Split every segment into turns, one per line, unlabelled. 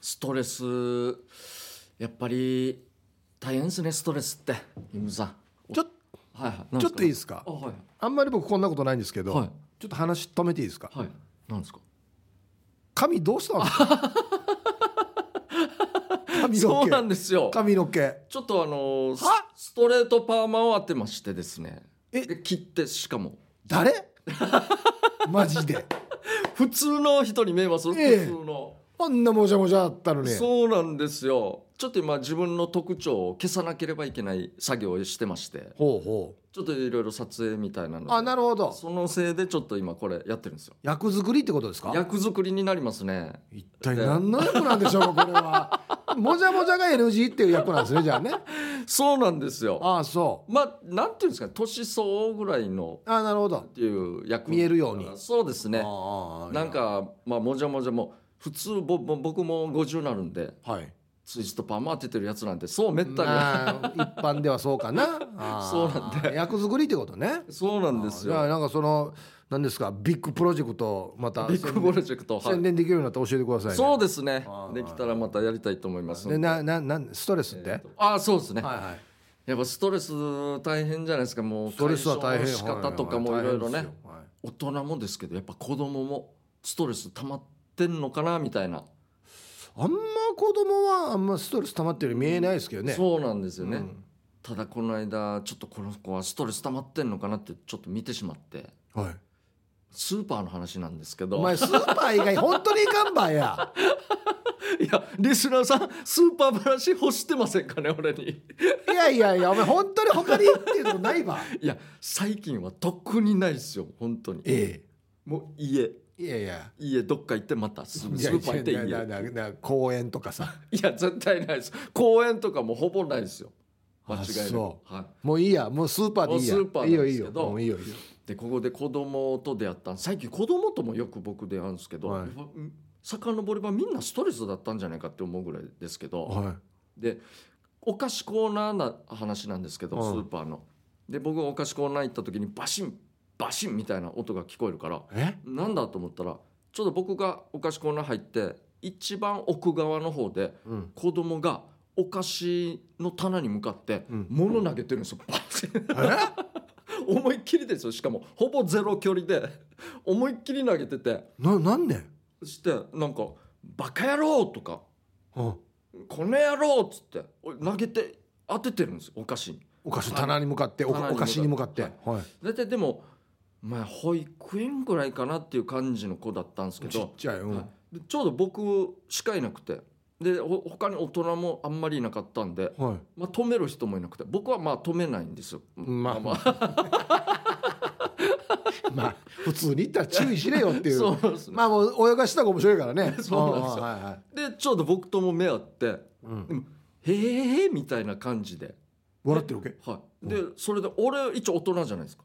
ストレスやっぱり大変ですねストレスってイムさん
ちょっ
はいはい
ちょっといいですすか
かあはい
あんまり僕こんなことないんですけど、
はい
ちょっと話止めていいですか
はいなんですか
髪どうしたんですか髪の
そう
毛
なんですよ
髪の毛
ちょっとあのー
は
スストレートパーマを当てましてですね
え
で切ってしかも
誰マジで
普通の人に見えます、
ええ
普通の、
あんなもじゃもじゃあったのに
そうなんですよちょっと今自分の特徴を消さなければいけない作業をしてまして
ほうほ
ちょっといろいろ撮影みたいなの
う
で
あなるほど
そのせいでちょっと今これやってるんですよ
役作りってことですか
役作りになりますね
一体何の役なん でしょうかこれはもじゃもじゃが NG っていう役なんですねじゃあね
そうなんですよ
ああそ
まあなんていうんですかね年相応ぐらいの
うああなるほど
っていう役
見えるように
そうですね
ああ
なんかまあもじゃもじゃも普通ぼぼ僕も50なるんで
はい
ツイストパーマ当ててるやつなんてそうめったに
まあ一般ではそうかなああ
そうなんだ
役作りってことね
そうなんです
ああ
よ
じゃあなんかその何ですかビッグプロジェクトまた
ビッグプロジェクト、はい
宣伝できるようになったら教えてくださいね
そうですね
あー
できたらまたやりたいと思いますん
で
で
なななんストレスって、
ああそうですね、
はいはい
やっぱストレス大変じゃないですかもう
ストレスは大変
解消の仕方とかもいろいろね、
はいはい
大人もですけどやっぱ子供もストレス溜まってんのかなみたいな、
あんま子供はあんまストレス溜まってるように見えないですけどね
そうなんですよね、
ん
ただこの間ちょっとこの子はストレス溜まってんのかなってちょっと見てしまって
はい
スーパーの話なんですけ
お
ど
前スーパー以外本当にいかんばんや
いやリスナーさんスーパー話欲してませんかね俺に
いやいやいやお前本当に他にっていうのないば
いや最近はとっくにないですよ本当に
え
もう家
えいやいや
家どっか行ってまたスースーパー行って家
いやいやななな公園とかさ
いや絶対ないです公園とかもほぼないですよ間違いな
あ
く、
そ
はい、
もういいやもうスーパーでいいや
もうスーパー
いい
なん
よ
で
いい
すけ
よ
ど
もういいよいいよ
でここで子供と出会ったん最近子供ともよく僕出会うんですけど、
はい
やっぱうん遡ればみんなストレスだったんじゃないかって思うぐらいですけど、
は
でお菓子コーナーな話なんですけど、
うん
スーパーの。で僕がお菓子コーナー行った時にバシンバシンみたいな音が聞こえるから
いえ
なんだと思ったらちょっと僕がお菓子コーナー入って一番奥側の方で
うん
子供がお菓子の棚に向かって
うん
物投げてるんですよ、バシン
え
思いっきりですよしかもほぼゼロ距離で思いっきり投げてて
ななんで
そしてなんか「バカ野郎!」とか
うん
「この野郎!」っつっておい投げて当ててるんですよお菓子に
お菓子棚に向かってお
棚に向かっ
お
て
菓子に向かって
は
はいい
大体でもまあ保育園ぐらいかなっていう感じの子だったんですけ
ちっ
ど、
ちゃいうん
はいでちょうど僕しかいなくてでほ他に大人もあんまりいなかったんで、
は
まあ、止める人もいなくて僕はまあ止めないんですよ。
まあ
まあ
いまあ普通に言ったら注意しれよってい う
そうですね
まあもう泳がした方が面白いからね
そうなんですよ
ああはいはい
でちょうど僕とも目合って
うん
でも「へえへえ」みたいな感じで、
笑ってるわけ
はい、でそれで俺一応大人じゃないですか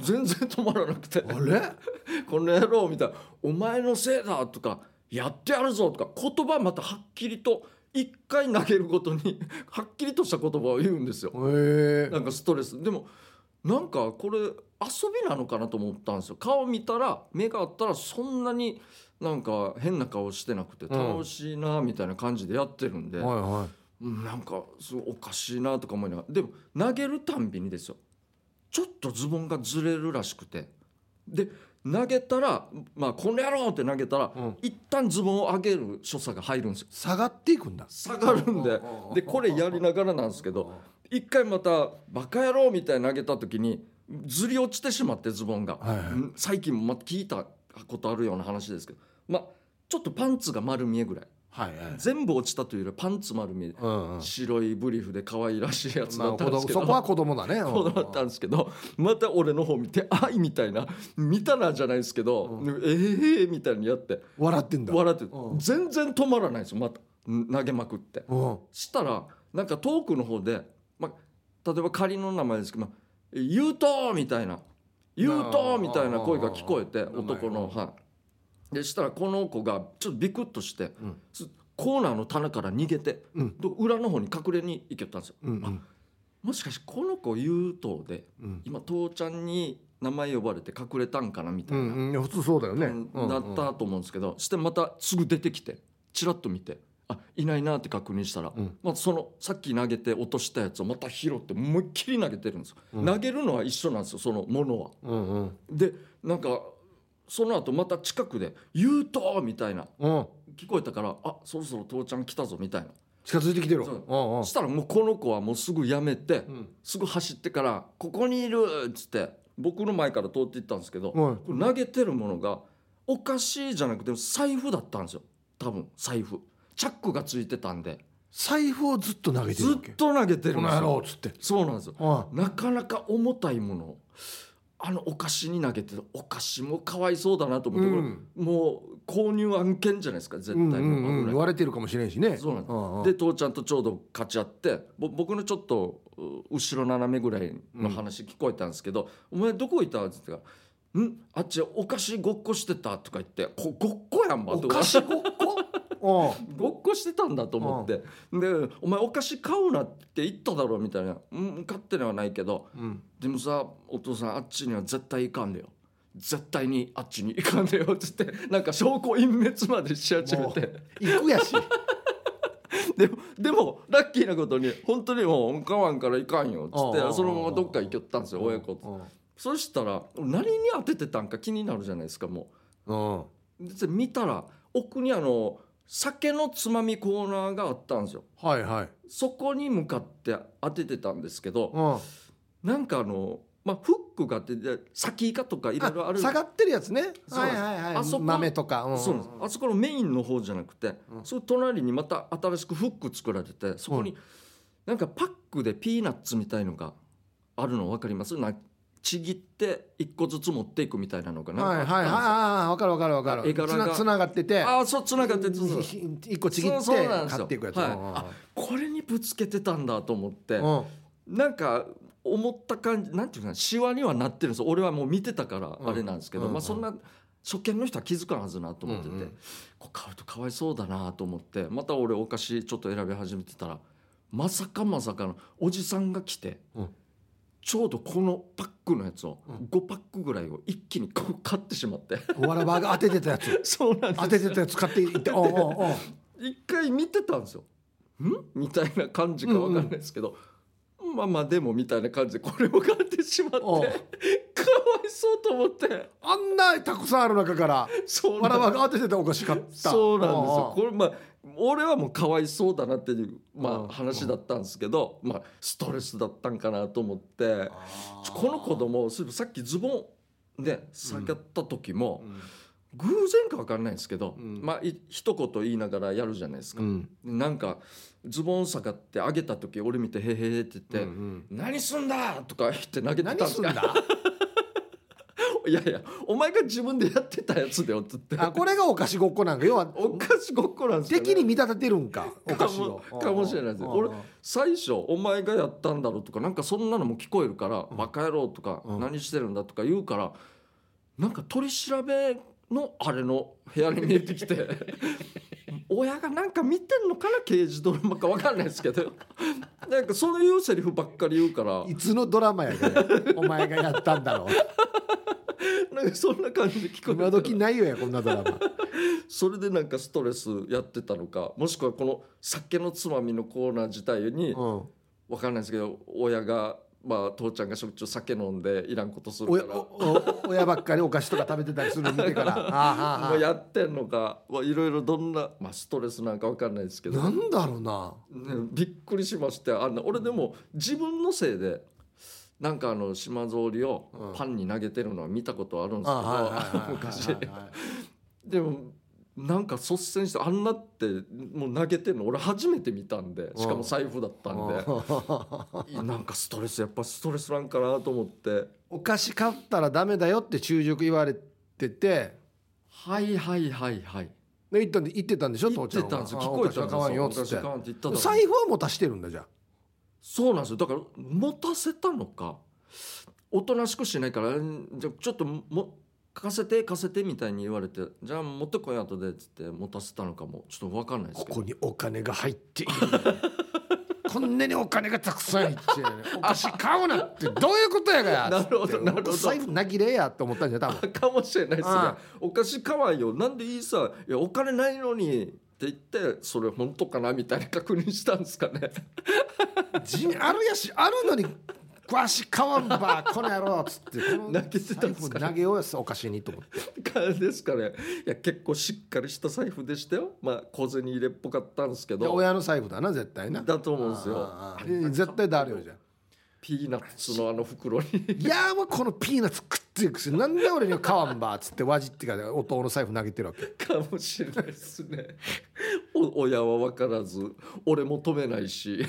全然止まらなくて
あ
「
れ
この野郎」みたいな「お前のせいだ」とか「やってやるぞ」とか言葉またはっきりと一回投げるごとに はっきりとした言葉を言うんですよ
へえ
なんかストレスでもなんかこれ遊びなのかなと思ったんですよ顔見たら目があったらそんなになんか変な顔してなくて
うん
楽しいなみたいな感じでやってるんで、
はいはい
うんなんかすごいおかしいなとか思いながらでも投げるたんびにですよちょっとズボンがずれるらしくてで投げたら「まあ、この野郎!」って投げたら、
うん
一旦ズボンを上げる所作が入るんですよ
下がっていくんだ
下がるんででこれやりながらなんですけど一回また「バカ野郎!」みたいに投げた時にずり落ちてしまってズボンが、
はいはい
うん最近もまた聞いたことあるような話ですけどまあちょっとパンツが丸見えぐらい
はいはい
全部落ちたというよりパンツ丸見え
うんうん
白いブリーフで可愛らしいやつ
ま
だ
あ
った
子
んで
供
すけ
そ
ど、
こは子供だね
こうだったんですけどまた俺の方見て「あい」みたいな「見たな」じゃないですけど「
う
ええー」みたいにやって
笑ってんだ
笑ってて
うん
全然止まらないんですよまたん投げまくって
うん
したらなんかトークの方で、まあ、例えば仮の名前ですけどまあ「言うと!」みたいな「言うと!」みたいな声が聞こえて
うん
男のはいでしたらこの子がちょっとビクッとして
うん
すコーナーの棚から逃げて
うん
ど裏の方に隠れに行けたんですよ
うんうん
もしかしてこの子言うとで
うん
今父ちゃんに名前呼ばれて隠れたんかなみた
う
い
ん
な、
うんいや普通そうだよね
うんだったと思うんですけどしてまたすぐ出てきてチラッと見て「あいないなって確認したら、
うん
まあ、そのさっき投げて落としたやつをまた拾って思いっきり投げてるんですよ、
うん
投げるのは一緒なんですよそのものは。
うんうん
でなんかその後また近くで「言うと!」みたいな
うん
聞こえたから「あそろそろ父ちゃん来たぞ」みたい
近づいてきてる
そう
うんうん
なしたらもうこの子はもうすぐやめて
うん
すぐ走ってから「ここにいる!」っつって僕の前から通っていったんですけど
はい
これ投げてるものがおかしいじゃなくて財布だったんですよ多分財布チャックがついてたんで
財布をずっと投げてる
ず
わ
っ
け
と投げてる
こ
んで
の
す
野
よ
郎っつって
そうなんですよ
は
なかなか重たいものをあのお菓子に投げてるお菓子もかわいそうだなと
い
思っ
う
て、これ
ん
もう購入案件じゃないですか絶
う
対
ん
に、
うんうん
危ない
割れてるかもしれんしね
そうなんです
んうん
で父ちゃんとちょうど勝ち合ってぼ僕のちょっとう後ろ斜めぐらいの話聞こえたんですけど「お前どこいた?」って言ったら「んあっちお菓子ごっこしてた」とか言って「こごっこやんば」
お菓 子ごっこ
ごっこしてたんだと思って、で「お前お菓子買うなって言っただろ」みたいな「うん買ってはないけど
うんうん
でもさお父さんあっちには絶対行かんでよ絶対にあっちに行かんでよ」っつってなんか証拠隠滅までし始め
も
て。
う行くやし
でもでもラッキーなことに本当にもう「かわんからいかんよ」っつ
あああ
っ
あ
てそのままどっか行きよったんですよ親子と
うん
そしたら何に当ててたんか気になるじゃないですかも
うん
うで見たら奥にあの酒のつまみコーナーがあったんですよ
はいはい
そこに向かって当ててたんですけど
うん
なんかあのまあフックがあってで先イカとかいろいろある
下がってるやつね
そうなんです
はいはいは
あそ
い
こ
豆とか
そうなんですあそこのメインの方じゃなくて、
うん
その隣にまた新しくフック作られてそこになんかパックでピーナッツみたいのがあるの分かりますなちぎって一個ずつ持っていくみたいなのがなんか
は
あ
いはいはい
っ
ああ分かる分かる分か
絵柄
るつ
が
なつながってて
たんですよあーそうつながっててそうそう
一個ちぎっ
そうそう
て
なんですよ
買っていくやつ
はい
うん
これにぶつけてたんだと思って
うんうん
なんか思った感じなんていうかなシワにはなってるんですよ俺はもう見てたから
うん
あれなんですけど、
うん
まあ、そんな初見の人は気づかんはずなと思ってて、
うんうん
こう買うとかわいそうだなと思ってまた俺お菓子ちょっと選び始めてたらまさかまさかのおじさんが来て、
うん
ちょうどこのパックのやつを
うん
5パックぐらいを一気にこう買ってしまって、
わらばが当ててたやつ
そうなん
当
で
て
す
て
よ
たやつ買っていっておうおうおう
一回見てたんですよ。んみたいな感じかわかんないですけど、まあまあでもみたいな感じでこれを買ってしまって。
おう
かわいそうと思って
あんなたくさんある中から
そう
わ
な
らば
ん
が当ててたお菓子買った
そうなんですよ
おう
これまあ俺はもうかわいそうだなっていう、
う
ま
ん
あ、話だったんですけど、まあ、ストレスだったんかなと思って
おう
この子供そういえばさっきズボンで下がった時も、
うん
偶然か分かんないんですけど、
うん
まあい一言言いながらやるじゃないですか
う、ん
なんかズボン下がって上げた時俺見て「へへへ」って言って「
うんうん
何すんだ!」とか言って投げてたんで
何
す
すん
よ
だ
いやいやお前が自分でやってたやつだよ」って言って
あこれがお菓子ごっこなんか要は
お菓子ごっこなんですよ、ね、
敵に見立ててるんかお菓子を
かもかもしれないです俺最初お前がやったんだろうとかなんかそんなのも聞こえるから「
うん
バカ野郎」とか
う
「
ん
何してるんだ」とか言うからなんか取り調べのあれの部屋に見えてき て親がなんか見てんのかな刑事ドラマか分かんないですけどなんかそういうセリフばっかり言うから
いつのドラマやねんお前がやったん だろう
なんかそんな感じで聞こえ
今
て
時ないよやこんなドラマ
それでなんかストレスやってたのかもしくはこの酒のつまみのコーナー自体に
うん
わかんないですけど親がまあ父ちゃんがしょっちゅう酒飲んでいらんことする
おや
からも
おお親ばっかりお菓子とか食べてたりするの見てからあああ
う
あ
やってんのかまあいろいろどんなまあストレスなんかわかんないですけど、
な
ね、
んだろうな
びっくりしましてあんな俺でも自分のせいでなんかあの島ぞうりを
うん
パンに投げてるのは見たことあるんです
あ
けど
は
あの
いはいはい
昔
はいはい
でもなんか率先してあんなってもう投げてるの俺初めて見たんでしかも財布だった んで
はい
なんかストレスやっぱストレスなんかなと思って。
お菓子買ったらダメだよって中塾言われてて
はいはいはいはい。
で行ったんで行ってたんでしょ
言
父
っ
ちゃ
て
んは
たんですよ。
あ
聞こえてたん
お菓子
です
は買わんよ
よ。
っつっ
私
て
買わんって言っただろ
財布は持たしてるんだじゃあ
そうなんですよ。だから持たせたのか、おとなしくしないから、うんじゃあちょっとも貸せて貸せてみたいに言われて、じゃあ持ってこい後でっつって持たせたのかもちょっとわか んないです
こ
けど。
こにお金が入っている のにこんなにお金がたくさん入ってるのにお菓子買うなってどういうことやが や
なるほどなるほど
財布なぎれやと思ったんじゃ多分
かもしれないですね
ああ。
お菓子買わんよ。なんでいいさ、いやお金ないのに。っっていってそれ本当かなみたいな確認したんですかね
地味あるやしあるのにわし買わんばこの野郎っつってこ
投
の
げてたんですかね
財布投げようやすおかしいにと思って
感じですかねいや結構しっかりした財布でしたよまあ小銭入れっぽかったんですけ
で
ど
親の財布だな絶対な
だと思うんですよ
あーあー絶対だるよじゃん
ピーナッツのあの袋に
いやーもうこのピーナッツ食っていくしなんで俺には買わんばっつってわじってから弟の財布投げてるわけ
かもしれないですねお親は分からず俺も止めないし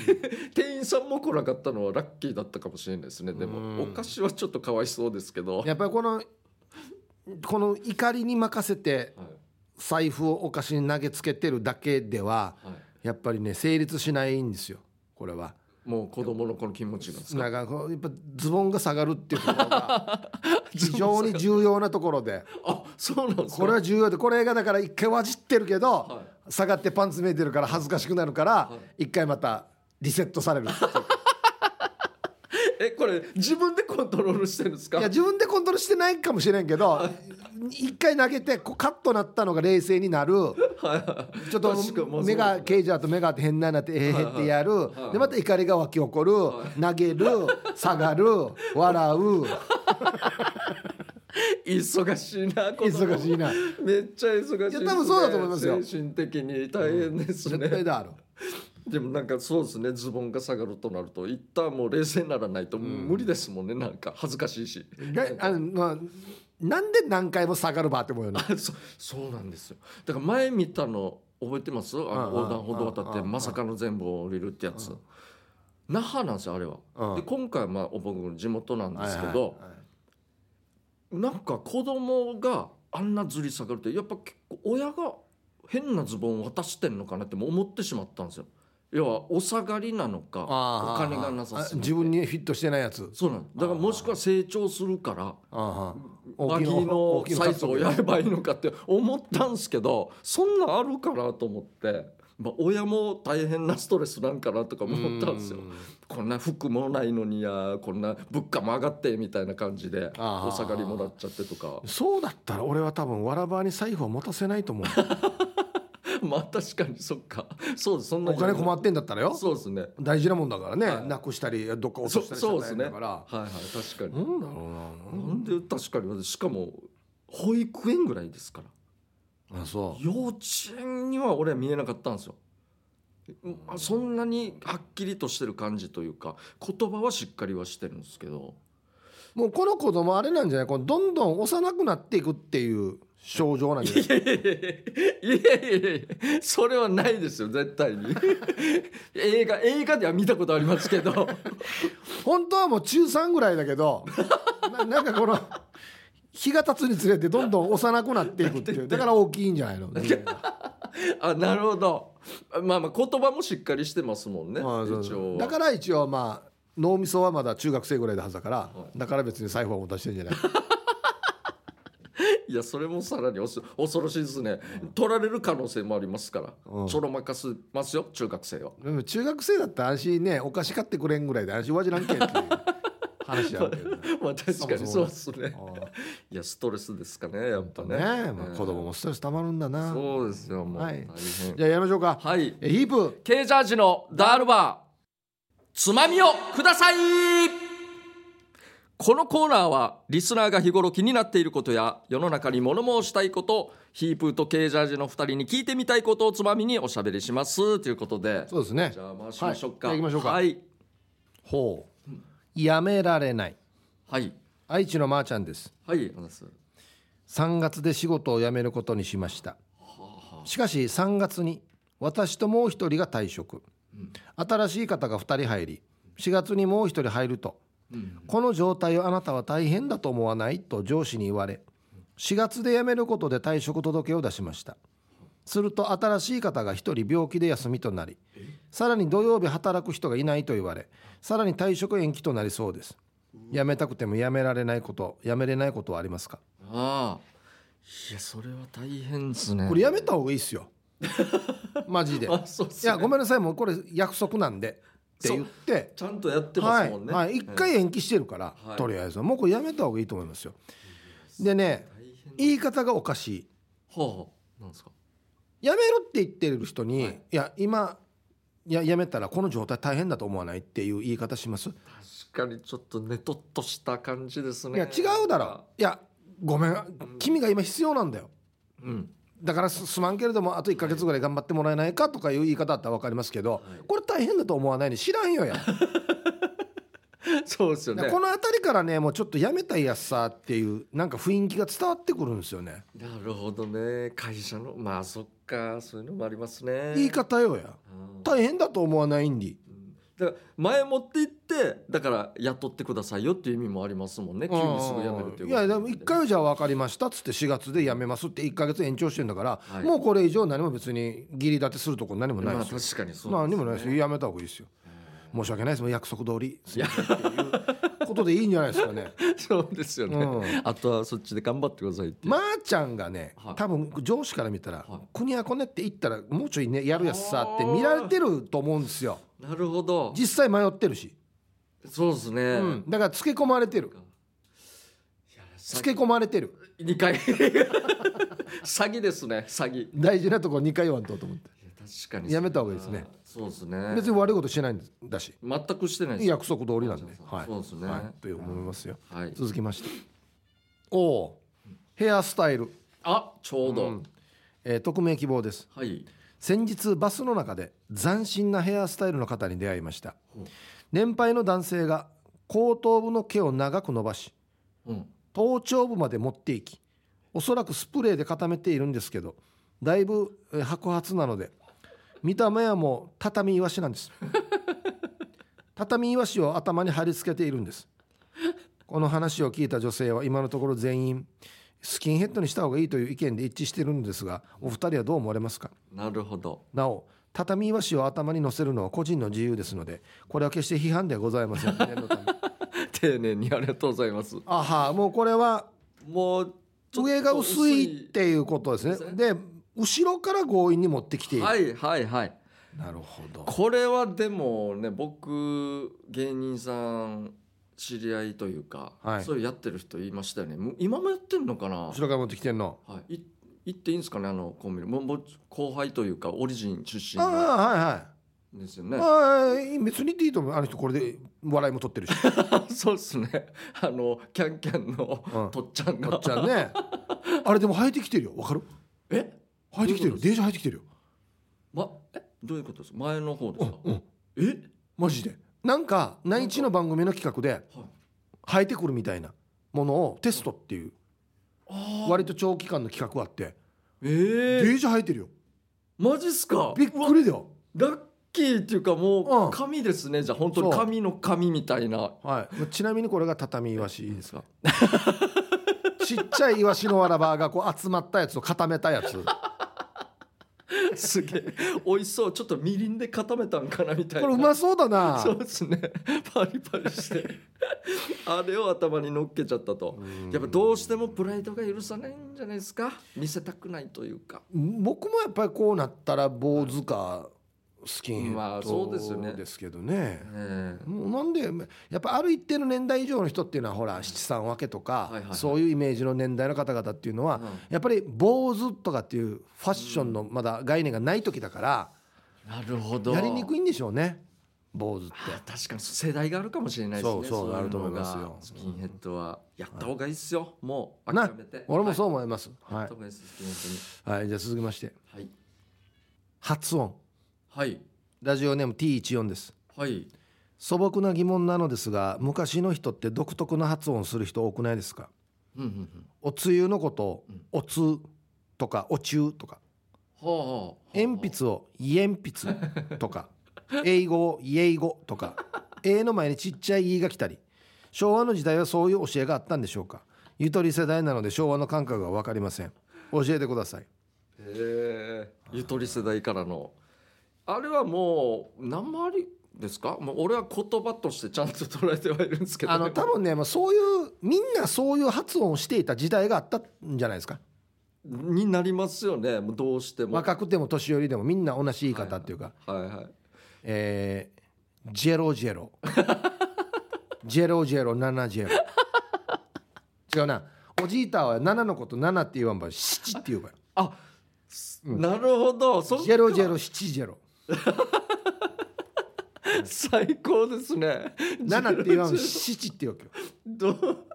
店員さんも来なかったのはラッキーだったかもしれないですねで
うん
もお菓子はちょっとかわいそうですけど、はい
やっぱりこのこの怒りに任せて財布をお菓子に投げつけてるだけでは
はい、
やっぱりね成立しないんですよこれは
もう子供のこの気持ちがですか
なんかこうやっぱズボンが下がるっていうところが非常に重要なところで
あ そうなんですか
これは重要でこれがだから一回わじってるけど
は
下がってパンツ見えてるから恥ずかしくなるから一回またリセッ トされるっていう
えこれ自分でコントロールしてるんですか
いや自分でコントロールしてないかもしれんけど一回投げてこうカッとなったのが冷静になるちょっ
確かにまあ
と目
そう
が
です
ケージャーと目が合って変なになってええへってやるでまた怒りが湧き起こる投げる下がる 笑う
忙しいなこの
忙しいな
めっちゃ忙しいです、ね、
いや多分そうだと思いますよ
精神的に大変ですね、
絶対だある
でもなんかそうですねズボンが下がるとなると一旦もう冷静にならないと無理ですもんね、なんか恥ずかしいし
であのまあなんで何回も下がるばって思うよな
あそそうなんですよだから前見たの覚えてますあの
うんうん
横断歩道渡って
うんうん
まさかの全部を降りるってやつ那覇なんですよあれは、
うん
で今回はまあ僕地元なんですけど、
はいはい
なんか子供があんなずり下がるってやっぱ結構親が変なズボンを渡してんのかなっても思ってしまったんですよ要はお下がりなのかお
あー
金がなさす
あ
ぎて
自分にフィットしてないやつ
そうなんだからもしくは成長するから
あ
上着のサイズをやればいいのかって思ったんですけどそんなんあるかなと思って、まあ、親も大変なストレスなんかなとかも思ったんですよ。こんな服もないのにやこんな物価も上がってみたいな感じで
あー
お下がりもらっちゃってとか
そうだったら俺は多分わらばに財布は持たせないと 思う
まあ確かにそっかそうですそんな
お金困ってんだったらよ
そうですねは
大事なもんだからね、
はい
なくしたりどっか落としたりし
そ
た
う
ら
そうっす
ないん
ね
だから
いはい確かに、
なんだろう
なんで確かにしかも保育園ぐらいですから
なあそ
幼稚園には俺は見えなかったんですよまあそんなにはっきりとしてる感じというか言葉はしっかりはしてるんですけど
うもうこの子供あれなんじゃないこのどんどん幼くなっていくっていう症状なんじゃない
いやいやいやいやいやいやそれはないですよ絶対に 映画映画では見たことありますけど
本当はもう中3ぐらいだ けどななんかこの日が経つにつれてどんどん幼くなっていくっていうだから大きいんじゃないの
あなるほどまあまあ言葉もしっかりしてますもんね
まあそう
一応は
だから一応まあ脳みそはまだ中学生ぐらいのはずだから、だから別に財布は持たしてんじゃない
いやそれもさらにおそ恐ろしいですね取られる可能性もありますから
うん
ちょろまかすますよ中学生 は。
でも中学生だったら安心ねお菓子買ってくれんぐらいで安心わじらんけんっていう話やんけどね
まあ確かにそうですね。
あ
いやストレスですかねやっぱ
あ
ね。
ねえ、まあ、子供もストレスたまるんだな、
そうですよもう
は
大
い
変。
じゃあやりましょうか、
はい。
えヒープ
ケージャージのダールバーつまみをくださいこのコーナーはリスナーが日頃気になっていることや世の中に物申したいことヒープーとケージャージの2人に聞いてみたいことをつまみにおしゃべりしますということで
そうですね
じゃあ回しましょうか、
はいじゃあ行きましょうか
はい
ほうやめられない
はい
愛知のまーちゃんです
はいお願いします
3月で仕事を辞めることにしましたしかし3月に私ともう一人が退職新しい方が2人入り4月にもう一人入ると、この状態をあなたは大変だと思わないと上司に言われ4月で辞めることで退職届を出しましたすると新しい方が1人病気で休みとなりさらに土曜日働く人がいないと言われさらに退職延期となりそうです辞めたくても辞められないこと辞めれないことはありますか
ああいやそれは大変ですね
これやめた方がいいっ すよマジで
あそうっ
い
すね
やごめんなさいもうこれ約束なんでって言って
ちゃんとやってま
は
す
い
もんね、
はい、1回延期してるから、
はい
とりあえずもうこれやめた方がいいと思いますよでね
大変
言い方がおかしい
はあなんですか
辞めろって言ってる人に、
はいい、
や今いや辞めたらこの状態大変だと思わないっていう言い方します、
確かにちょっとねとっとした感じです
い
ね
や違うだろいやごめん君が今必要なんだよ
うん
だからすすまんけれどもあと1か月ぐらい頑張ってもらえないかとかいう言い方だったら分かりますけど、
い
これ大変だと思わないに知らんよや、
そうですよね
この辺りからねもうちょっとやめたいやつさっていうなんか雰囲気が伝わってくるんですよね、
なるほどね会社のまあそっかそういうのもありますね
言い方よや
うん
大変だと思わないんで
だから前もって行ってだから雇ってくださいよっていう意味もありますもんね急にすぐ辞めるっていう
い
こと
やでも1回はじゃあ分かりましたっつって4月で辞めますって1か月延長してんだから、
はい
もうこれ以上何も別に義理立てするとこ何もない
ま
で
あ
すよ、
確かにそうですね
何もないですよやめた方がいいですよ申し訳ないですもう約束通りすいませんって いうことでいいんじゃないですかね
そうです よね、
うん
あとはそっちで頑張ってくださいっていう
まー、ちゃんがね
はい
多分上司から見たら、
はい
国はこねって言ったらもうちょいねやるやつさって見られてると思うんですよ
なるほど
実際迷ってるし、
そうですね、
うん、だからつけ込まれてるつけ込まれてる
2回 詐欺ですね詐欺い
大事なとこ2回言わんとと思って
や確かに
やめた方がいいですね
そうですね
別に悪いことしてないんだし
全くしてないです
約束通りなんで、はい、
そうですね
はい、という思いますよ。
はい
続きまして、おお、ヘアスタイル、
あちょうど、
うんえー匿名希望です。
はい
先日バスの中で斬新なヘアスタイルの方に出会いました
ほう。
年配の男性が後頭部の毛を長く伸ばし、
うん
頭頂部まで持っていき、おそらくスプレーで固めているんですけど、だいぶえー白髪なので、見た目はもう畳いわしなんです。畳いわしを頭に貼り付けているんですこの話を聞いた女性は今のところ全員スキンヘッドにした方がいいという意見で一致しているのですがお二人はどう思われますか
なるほど
なお畳いわしを頭に乗せるのは個人の自由ですのでこれは決して批判ではござい ません念のため
丁寧にありがとうございます
あはもうこれは
もうちょっと
上が薄いっていうことですねで後ろから強引に持ってきている、
はいはいはい
なるほど
これはでもね僕芸人さん知り合いというか、
はい
そういうやってる人いましたよねもう今もやってんのかな、は
後ろから持ってきてんの
い、い行っていいんですかねあのコンビニもうもう後輩というかオリジン出身
ああ
のですよ
はい
ね
はいはい別に言っていいと思うあの人これで笑いも取ってるし
そうですねあのキャンキャン
うん
のとっちゃんが、
こっちゃんねあれでも生えてきてるよわかる
え
生えてきてるよ
ど
デージ生えてきてるよ
まえどういうことですか前の方ですか、
うん
え
マジでなんか内地の番組の企画で
はい
生えてくるみたいなものをテストっていう
あー
割と長期間の企画があって
え
デ
ー、
ージ生えてるよ
マジっすか
びっくりだよ
ラッキーっていうかも
うん
う神ですね、じゃあ本当に
そう
神の神みたいな
はいちなみにこれが畳イワ
いい
シ
ですか
ちっちゃいイワシのわらばがこう集まったやつを固めた やつこ
すげえ美味しそうちょっとみりんで固めたんかなみたい
れ
な
うまそうだな
そうですねパリパリしてあれを頭に乗っけちゃったと
うん
やっぱどうしてもプライドが許さないんじゃないですか見せたくないというか
僕もやっぱりこうなったら坊主かスキンヘ
まあそうですよ
ッ
ね
ドですけどね
ええ
もうなんでやっぱある一定の年代以上の人っていうのはほら七三分けとか、
はいはいはい
そういうイメージの年代の方々っていうのは、
うん
やっぱり坊主とかっていうファッションのまだ概念がない時だから、
なるほど
やりにく
い
いんでしょうね坊主って。
確かに世代があるかもしれないですね
そうそう
いのが
あると思いますよ
スキンヘッドはやった方がいいっすよもう
な
諦めて
俺もそうう思います。は
やっ
い
た、方がいいっすスキンヘッ
はいじゃあ続きまして
ドに
発音
はいはい
ラジオネーム T14 です。
はい
素朴な疑問なのですが昔の人って独特な発音する人多くないですか
うんうんうん
おつゆのことを
うん
おつうとかおちゅうとか
はあはあはあ
鉛筆を「い鉛筆」とか英語を「い英語」とか「英」の前にちっちゃい「い」が来たり昭和の時代はそういう教えがあったんでしょうかゆとり世代なので昭和の感覚が分かりません教えてください
へえゆとり世代からのあれはもう鉛ですかもう俺は言葉としてちゃんと捉えてはいるんですけど
あの多分ねもうそういうみんなそういう発音をしていた時代があったんじゃないですか
になりますよねもうどうしても
若くても年寄りでもみんな同じ言い方っていうか、
はいはい
えージェロジ ェロジェロジェロ7ジェロ違うなおじいたは7のこと7って言わんばい7って言うばい
あ
うん
なるほどそっか
ジェロジェロ七ジェロ
最高ですね
七って言わん
ジェロジェロ
七って言うわけよ
どう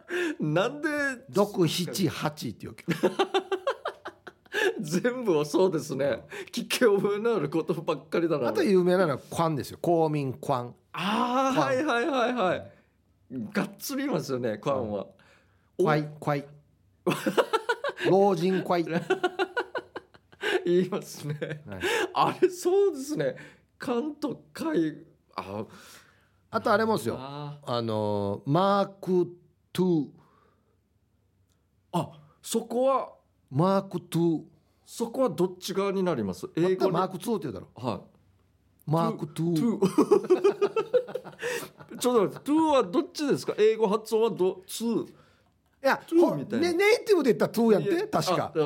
なんで
六七八って言うわけよ
全部をそうですね聞き覚えのあることばっかりだな
あと有名なのはコアンですよ公民コアン
ああ
パン
はいはいはいはいがっつり言いますよねカンは、
怖い怖い老人怖い、はい
言いますねあれそうですね関東海あ
あとあれもですよ
あ
あのーマーク2
ーあそこは
マーク2
そこはどっち側になります英語
また
に
マー
は
ク2って言うだろ
い
マーク2
2 ちょっと待って2はどっちですか英語発音はど2
いや
2
ほ
みたいな
ね、ネイティブで言ったら2やんて確か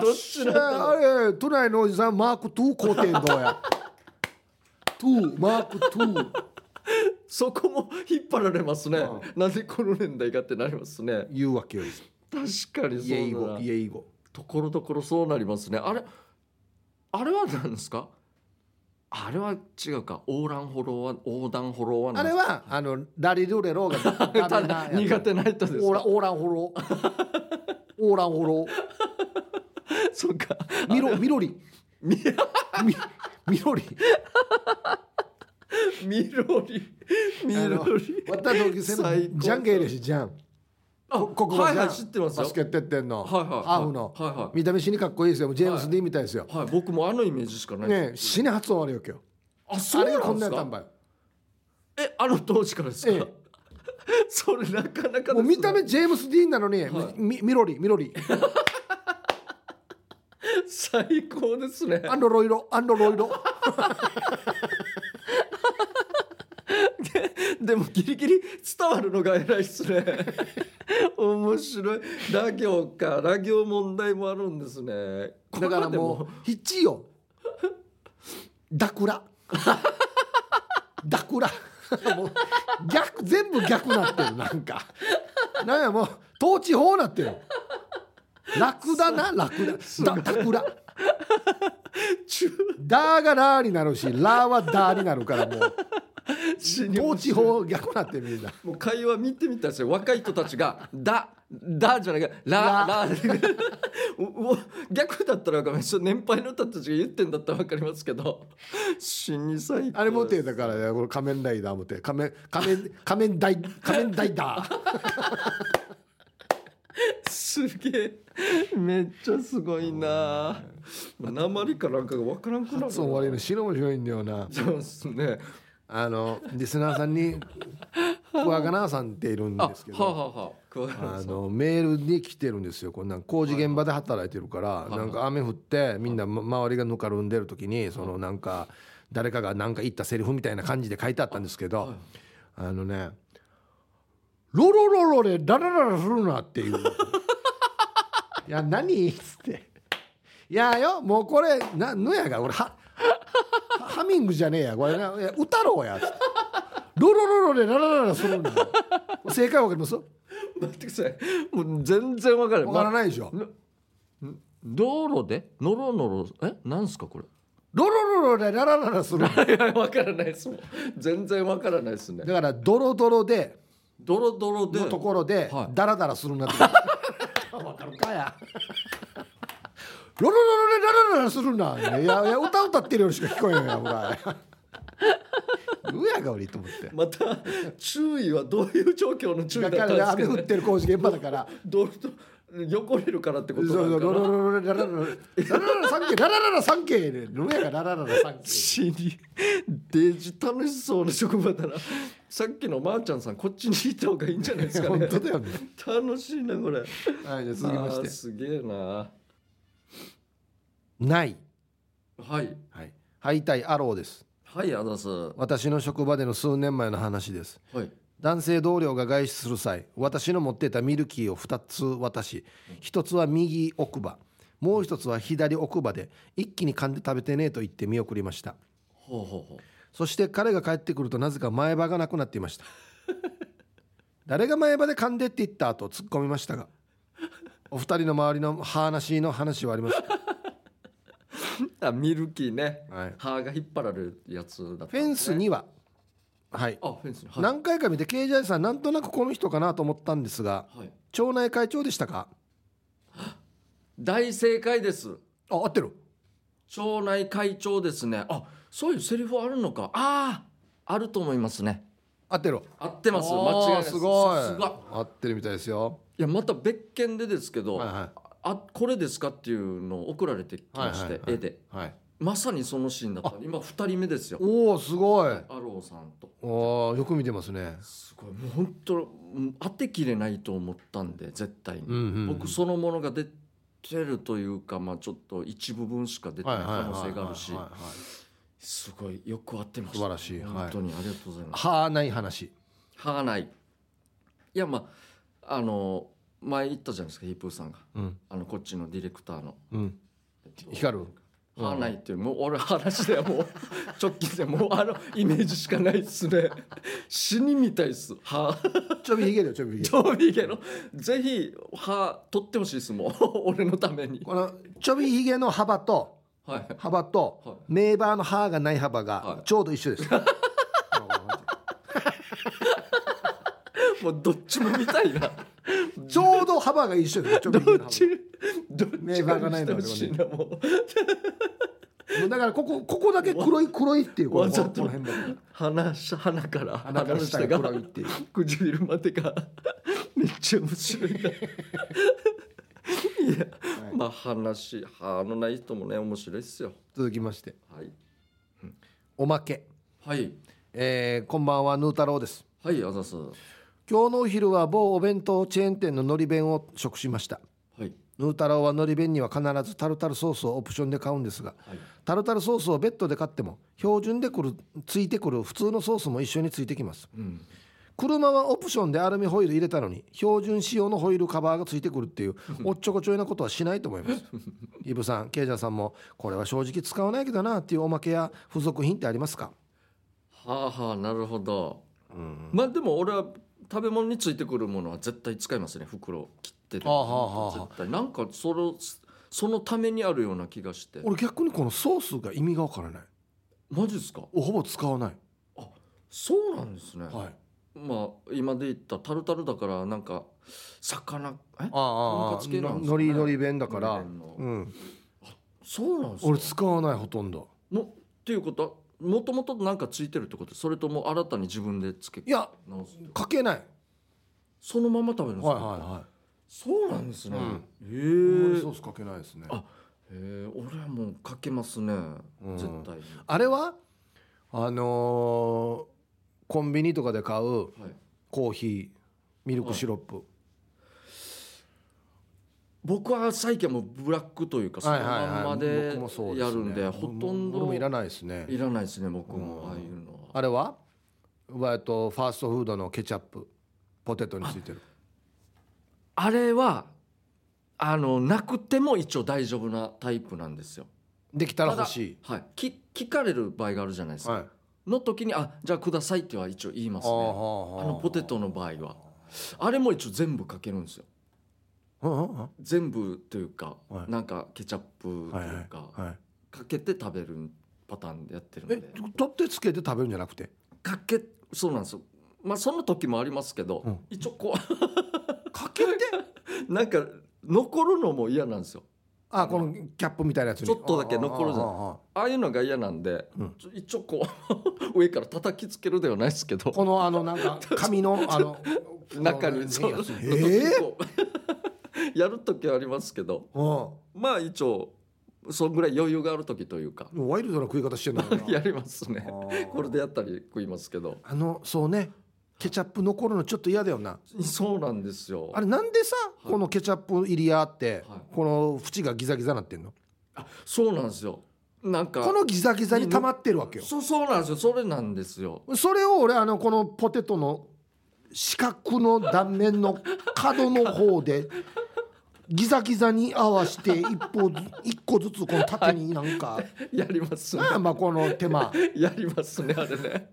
どっちなんだろう
あれ都内のおじさんマーク2買うてんどうや2マーク2
そこも引っ張られますね、
う
なんでこの年代がってなりますね
言うわけよ
確かに
家英
そうだ
語
な
家英語
ところどころそうなりますねあれあれは何ですかあれは違うか横断歩道は横断歩道は
あ
何で
れ
す
はあのラリルレロが
か
ダメ
た
な
だ苦手な人です
オーラオーランホロオーランホロ
そうか
ミロミロリ
み
ミミロリ
みろりみ
あの
ろり
渡辺同級生
最高
のジャンゲールしジャン
あ
国語
は
じゃ
い
ん
はい知ってますよ
バスケットやってんの、
はいはいはい
アフの、
はいはい
見た目死にかっこいいですよもうジェームス・ディーンみたいですよ、
はい僕もあのイメージしかない
ね
で
え
す
死に発音あるよ今日
あそ
あ
う
れが
な
こ
ん
ん
で
な
す
やったん
か
ばい
えあの当時からです
え
か それなかなかですね
もう見た目ジェームス・ディーンなのに、
はい
みミロリミロリ
最高ですね
アンドロイロアンドロイロ
でもギリギリ伝わるのが偉いっす ね面白いラ行かラ行問題もあるんですねこれ
だから
はで
もうヒッチよダクラダクラもう逆全部逆なってるなんかなんやもう統治法なってる楽だな楽だだダクラ
中
ダーがラーになるしラーはダーになるからもう
止に
統治法逆なってみんな
もう会話見てみたんですよ若い人たちが「だ」「だ」じゃないか「ら」「ら」 うう逆だったらわかんないです年配の人たちが言ってんだったらわかりますけど死に最高
あれ持ってだからねこれ仮面ライダー持って仮面仮面仮面ライ仮面ライダー
すげえめっちゃすごいな鉛かなんかがわからんくなるな
そう終わりの白も白いんだよな
そうですね
あのリスナーさんにクワガナーさんっているんですけ
あはあ
ど
はあはあクワガナ
あ
さん
のメールに来てるんですよこんなん工事現場で働いてるから、
い
なんか雨降ってみんなま周りがぬかるんでる時にそのなんか誰かがなんか言ったセリフみたいな感じで書いてあったんですけど、あのね「ロロロロでダラダラするな」っていういや何っつって「いやよもうこれなのやが俺ははハミングじゃねえやこれないや歌ろうや」つって「ロロロロでダラダラするな」正解わかりますわ
待ってくださいもう全然わからない
から
い
ないでしょ
道路でのろのろえなんですかこれ
「ロロロロでダラダラ するな」
いやわからないですもん全然わからないですね
だから「ドロドロで」
ドロドロで
のところで
はい
ダラダラするなってわかるかやロロロロでダラダラするないやいや歌歌ってるようにしか聞こえないやほ らうやがおりと思って
また注意はどういう状況の注意だ
だ
っ
か
たん
ら
で
雨
す
降
か、
っ
ね、
てる工事現場だから
ドロドロ汚れるからってこ
そう
と
そ
な
うロ
の
ロ
かな
ロロダラダラダラダラ三景ダラダラ三景でうやがダラダラ三景
死にデジ楽しそうな職場だなさっきのまーちゃんさんこっちにいた方がいいんじゃないですかね
本当だよね
楽しいなこれ
はいじゃあ続きまし
あー
て
すげえな
ない
はい
はい敗退アローです
はいアダスは
私の職場での数年前の話です
い
男性同僚が外出する際私の持っていたミルキーを2つ渡し1つは右奥歯もう1つは左奥歯で一気に噛んで食べてねえと言って見送りました
ほうほうほう
そして彼が帰ってくるとなぜか前歯がなくなっていました 誰が前歯で噛んでって言ったと突っ込みましたがお二人の周りの話の話はあります か
あミルキーね
はい
歯が引っ張られるやつだったんですね、
フェンスにははい
あフェンスにはい
何回か見て KJ さんなんとなくこの人かなと思ったんですが
はい
町内会長でしたか
大正解です
あ合ってる
町内会長ですねあそういうセリフあるのかあああると思いますね
合ってる
合ってます
あー
間違いないです
すごい
さすが
合ってるみたいですよ
いやまた別件でですけど、
はいは
あこれですかっていうのを送られてきまして、
はいはいはい
絵で
いはい
まさにそのシーンだった今2人目ですよ
おおすごい
アローさんと
おーよく見てますね
すごいもう本当うん当てきれないと思ったんで絶対に、
うんうんうん
僕そのものが出てるというか、まあ、ちょっと一部分しか出てない可能性があるし
はいはいはいはい
すごいよく合ってました
素晴らしいはい
本当にありがとうございます
はあない話
歯がないいやまああの前言ったじゃないですかヒープーさんが
うん
あのこっちのディレクターの
うん光る
歯ないっていうもう俺話ではもう直近でもうあのイメージしかないっすね死にみたいっす歯
ちょびひげだよちょびひげ
ちょびひげのぜひ歯取ってほしいっすもう 俺のために
このちょびひげの幅と
はい
幅
はい
とネイバーの歯がない幅
はい
がちょうど一緒です
もうどっちも見たいな
ちょうど幅が一緒ですちょびひ
ど
げ
っ
の
ちどっち
名場がないの
にしてほしいなもう
幅もうだからここここだけ黒い黒いっていうこ
わ
の
ざ
ことの辺だけ
鼻し鼻から
鼻から下が黒いっていう
唇までがめっちゃ面白いないや、まあ話歯のない人もね面白いっすよ
続きまして
はい
おまけ
はい
えーこんばんはヌー太郎です
はいあざすは
今日のお昼は某お弁当チェーン店ののり弁を食しました
いはい
ヌー太郎はのり弁には必ずタルタルソースをオプションで買うんですがタルタルソースをベッドで買っても標準でくるついてくる普通のソースも一緒についてきます
うん
車はオプションでアルミホイル入れたのに標準仕様のホイールカバーがついてくるっていうおっちょこちょいなことはしないと思いますイブさんケイジャーさんもこれは正直使わないけどなっていうおまけや付属品ってありますか
はあはあなるほど、まあでも俺は食べ物についてくるものは絶対使いますね袋を切ってて
はあはあはあ
絶対なんかそのそのためにあるような気がして
俺逆にこのソースが意味がわからない
マジですか
ほぼ使わない
そうなんですね、
はい
まあ今で言ったタルタルだからなんか魚えと
あ
んかつ系なんです
の
かね
りのり弁だから、
海苔弁の
うん、
そうなんですか
俺使わないほとんど
もっていうことはもともとなんかついてるってことそれとも新たに自分でつけ
いや
直すってこと
かけない
そのまま食べるんですか、
はいは
そうなんですね、
うん
へえ
いはい、あんまりソースかけないですね
あへえ俺はもうかけますね、
うん
絶対に
あれはあのーコンビニとかで買う
はい
コーヒーミルクシロップ、
僕は最近はもうブラックというかその
はいはい
まん
は
ま
い
で
僕もそうで
や
す
る
ね
んでほとん
俺
ど
も
い
い
ら
らないですね
ないですね僕もああいうのは
あれはえっとファーストフードのケチャップポテトについてる
あれはあのなくても一応大丈夫なタイプなんですよ
できたら欲し
ただはい、き聞かれる場合があるじゃないで
い
すか、
はい
の時に「あじゃあください」っては一応言いますね
あーはーは
あ
ー
のポテトの場合はあれも一応全部かけるんですよ
うんうんうん
全部というか、
はい
なんかケチャップと
はい
いうか、
はいはい
かけて食べるパターンでやってるん
え
で
取ってつけて食べるんじゃなくて
かけそうなんですよまあその時もありますけど、
うん
一応こ うかけて なんか残るのも嫌なんですよ
あこのキャップみたいなやつに
ちょっとだけ残るじゃん
あああああ
ああいうのが嫌なんで、
うん
ちょ一応こう 上から叩きつけるではないですけど
このあのな んか紙のあの
中に
そ
そうう、
ええ
こう やる時はありますけど
うんも
まあ一応そんぐらい余裕がある時というか
うワイルドな食い方してんだよ な
やりますねこれでやったり食いますけど
あのそうねケチャップ残るのちょっと嫌だよな
そうなんですよ
あれなんでさ
い
このケチャップ入りやって
はい
この縁がギザギザなってんの
そうなんですよなんか
このギザギザに溜まってるわけよ
そうそうなんですよそれなんですよ
それを俺あのこのポテトの四角の断面の角の方でギザギザに合わせて一歩ず 一個ずつこの縦になんか、
やりますね
なあまあこの手間
やりますねあれ ね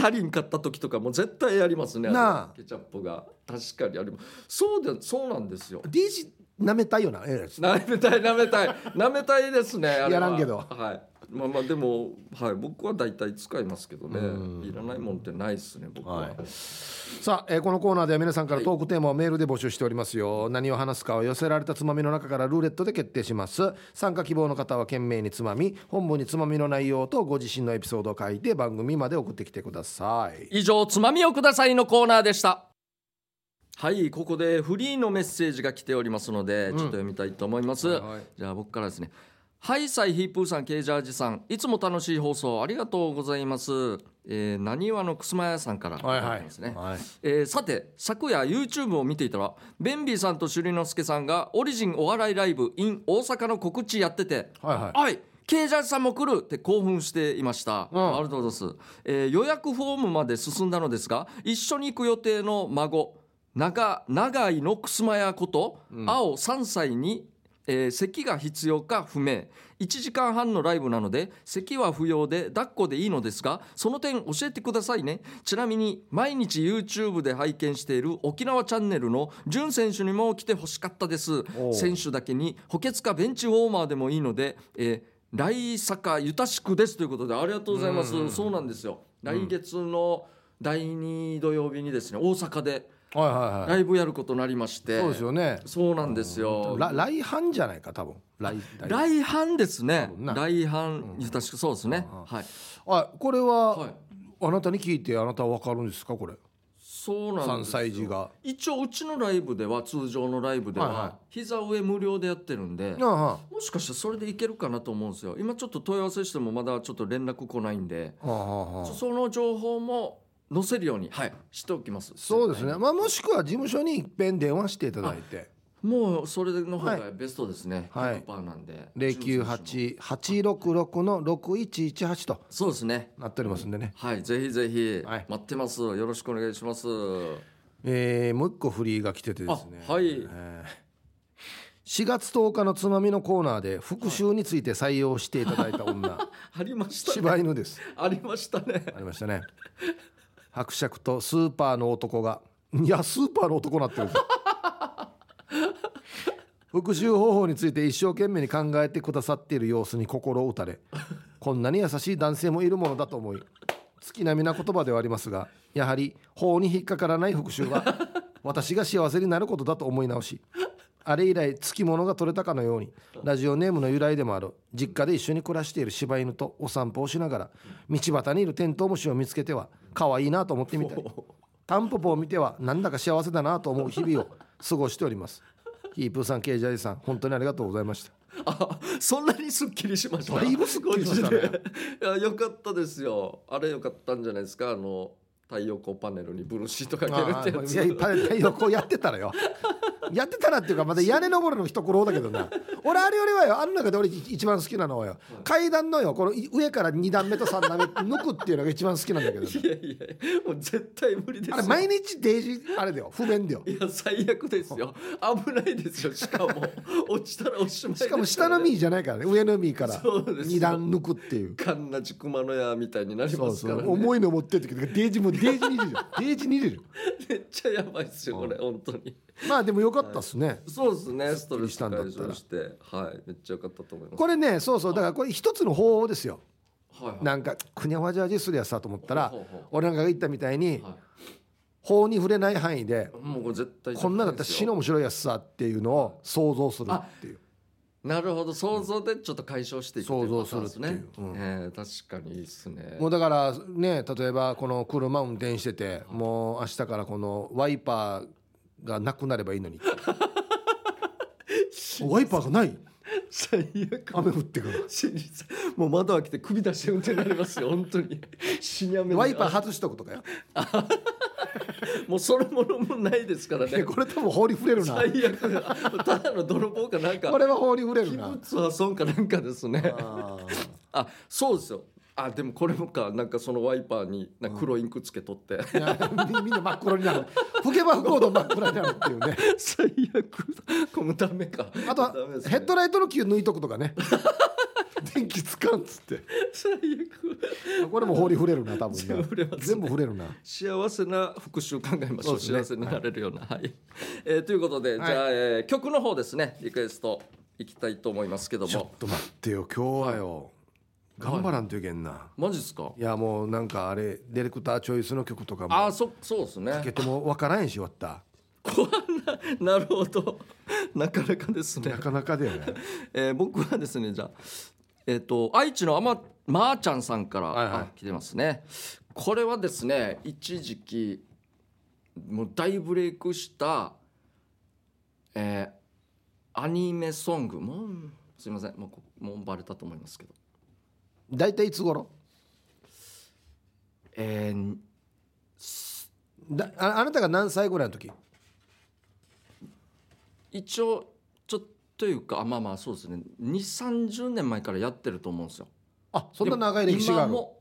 足りんかった時とかも絶対やりますねれ
なあ
ケチャップが確かにありますそうでそうなんですよ
DJ なめたいよなええやつ
なめたいなめたいなめたいですねあれは
やらんけど
はいまあまあでも、はい、僕は大体使いますけどね
うん
いらないもんってないですね僕は、
はいさあ、えーこのコーナーでは皆さんからトークテーマをメールで募集しておりますよ、何を話すかは寄せられたつまみの中からルーレットで決定します参加希望の方は懸命につまみ本文につまみの内容とご自身のエピソードを書いて番組まで送ってきてください
以上「つまみをください」のコーナーでしたはいここでフリーのメッセージが来ておりますので、ちょっと読みたいと思います、
はいはい
じゃあ僕からですねはいサイヒープーさんケージャージさんいつも楽しい放送ありがとうございますえーなにわのくすま屋さんから
はい
ただ
は
き
い
ますね、
はい
えーさて昨夜 YouTube を見ていたらベンビーさんと朱里之助さんがオリジンお笑いライブ in 大阪の告知やってて
はいはい
はい、ケイジャーさんも来るって興奮していました、
うん
ありがとうございます、えー予約フォームまで進んだのですが一緒に行く予定の孫長長井の襖屋こと、青3歳に、えー席が必要か不明1時間半のライブなので席は不要で抱っこでいいのですがその点教えてくださいねちなみに毎日 YouTube で拝見している沖縄チャンネルの潤選手にも来てほしかったです
おう
選手だけに補欠かベンチウォーマーでもいいので、えー、来坂ゆたしくですということでありがとうございます、そうなんですよ来月の第2土曜日にですね大阪で
はいはいは
ラ
い
イブやることになりまして、
そうですよね
そうなんですよ
ラ来犯じゃないか多分来来
来阪ですね
分な
来阪ゆたしくそうですね、はい、
あこれは、
はい、
あなたに聞いてあなたは分かるんですかこれ
そうなん
3
ですよ
歳児が
一応うちのライブでは通常のライブでは、
はいは
膝上無料でやってるんで、
ああは
もしかしたらそれでいけるかなと思うんですよ今ちょっと問い合わせしてもまだちょっと連絡来ないんで、
あはあはあ
そその情報も載せるように、はい、しておきます
そうですねまあもしくは事務所にいっぺん電話していただいて
もうそれの方がベストですね、
はい
100%なんで
098866の6118と
そうですね
なっておりますんでね、
はいぜひぜひ、
はい
待ってますよろしくお願いします
えーもう一個フリーが来ててですね
あはい
えー4月10日のつまみのコーナーで復習について採用していただいた 女、
ありましたね
柴犬です
ありましたね
ありましたね伯爵とスーパーの男がいやスーパーの男なってるぞ復習方法について一生懸命に考えてくださっている様子に心を打たれこんなに優しい男性もいるものだと思い月並みな言葉ではありますがやはり法に引っかからない復習が私が幸せになることだと思い直しあれ以来つきものが取れたかのようにラジオネームの由来でもある実家で一緒に暮らしている柴犬とお散歩をしながら道端にいるテントウムシを見つけては可愛いなと思ってみたりタンポポを見てはなんだか幸せだなと思う日々を過ごしておりますヒープーさんケイジャージさん本当にありがとうございました
あそんなにすっきりしました
だいぶすっきりしましたね
マジでいやよかったですよあれよかったんじゃないですかあの太陽光パネルにブルーシートかけるって
あ
や
あ
つ
いやいっぱい太陽光やってたらよやってたらっていうかまだ屋根登るの一苦労だけどな俺あれよりはよあの中で俺一番好きなのはよ階段のよこの上から2段目と3段目抜くっていうのが一番好きなんだけどない
やいやもう絶対無理ですよ
あれ毎日デイジーあれだよ不便だよ
いや最悪ですよ危ないですよしか も落ちたらおしまいです
し
よね、
かも下の
み
ミーじゃないからね上のミーから
そうですよ
2段抜くっていう
かんなち熊野屋みたいになり
そ
ま
う
す
そ
から、ね、
う重いの持ってってけどデイジーもうデイジーに入れるよデイジーに入れるよ
めっちゃやばいですよこれ本当に
まあでもよかったっすね
そうですねストレ
り
ス
したんだった
解
ら
消してはいめっちゃよかったと思います
これねそうそうだからこれ一つの方法ですよ
はいはい
なんかくにゃわじゃじするやつだと思ったら
ほうほうほう
俺なんかが言ったみたいに
は
法に触れない範囲で
い、もうこれ絶対
こんなだったら死の面白いやつさっていうのを想像するっていう
なるほど想像でちょっと解消していく
想像
っていうパターンですね
するっていううん
えー確かにいいですね
もうだからね例えばこの車運転しててもう明日からこのワイパーがなくなればいい のにワイパーがない
最悪
雨降って くる
死にさもう窓開けて首出して運転になりますよ本当に死に雨に
ワイパー外しとくとかよ
もうそれものもないですから
い や
ね
これ多分法に触れるな
最悪だただの泥棒かなんか
これは法に触れる
器
な
物破損かなんかですね
あ ー
あそうですよあでもこれもかなんかそのワイパーになんか黒インクつけとって、
いやみみんな真っ黒になる吹けば吹くほど真っ黒になるっていうね
最悪だこれもダメか
あとは
ダメですね
ヘッドライトの球抜いとくとかね 電気つかんっつって
最悪
これも放り触れるな多分
全部
な
触れますね
全部触れるな
幸せな復習考えましょう
そうで
幸
す
せ
ね
になれるような、はいえーということで、
はい
じゃあ、えー曲の方ですねリクエストいきたいと思いますけど
ちょっ
も
と待ってよ今日はよ頑張らんといけんな
マジですか
いやもうなんかあれディレクターチョイスの曲とか
あ
も
あそそうです
かけ
ね
てもわからんし終わった
こんななるほど なかなかですね
な、かなかだよね
えー僕はですねじゃあえっ、と愛知のあままー、ちゃんさんから、
はいはい
あ来てますねこれはですね一時期もう大ブレイクしたえーアニメソングもうすいませんもうこもうバレたと思いますけど
大体いつ頃
えー
だああなたが何歳ぐらいの時
一応ちょっというかあまあまあそうですね2 3 0年前からやってると思うんですよ
あそんな長い歴史が
で
ある
も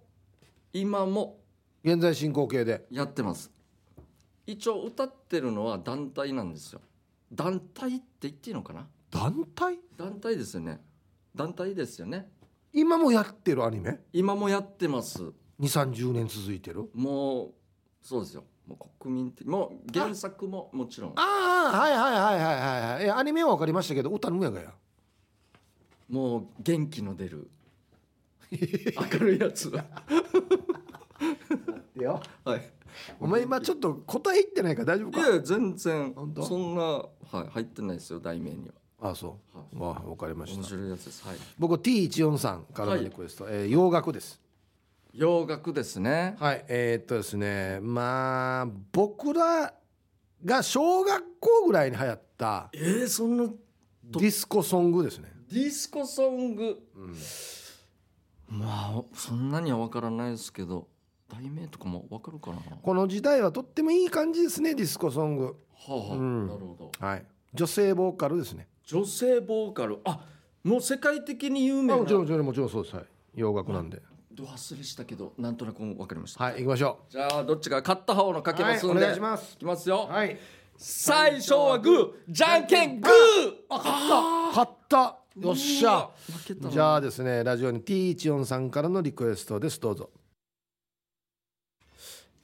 今も今も
現在進行形で
やってます一応歌ってるのは団体なんですよ団体って言っていいのかな
団体
団体ですよね団体ですよね
今もやってるアニメ
今もやってます
2 3 0年続いてる
もうそうですよもう国民的もう原作ももちろん
ああはいはいはいはいはいはいえアニメは分かりましたけど歌の上がや
もう元気の出る明るいやつ
よ
はい
お前今ちょっと答え言ってないから大丈夫
いや
か
いや全然
本当
そんな、はい、入ってないですよ題名には
ああそうわあ分かりまし
面
た
白いやつですはい
僕 T14 さんからのリクエスト、えー洋楽です
洋楽ですね
はいえーっとですねまあ僕らが小学校ぐらいに流行った
えー、そんな
ディスコソングですね
ディスコソング、まあそんなには分からないですけど題名とかも分かるかなは
この時代はとってもいい感じですねディスコソング
あ、はあ
うん
なるほど
はい女性ボーカルですね
女性ボーカルあもう世界的に有名
あ
な
もちろんもちろんもちろんそうですはい洋楽なんで
ど忘れしたけどなんとなく分かりました、
はい行きましょ
じゃあどっちが勝った方のかけますんで、
はいお願いします
いきますよ、
うはい
最初はグーじゃんけんグーあ勝っ
勝った
た
よっしゃ
負けたな
じゃあですねラジオに T14 さんからのリクエストですどうぞ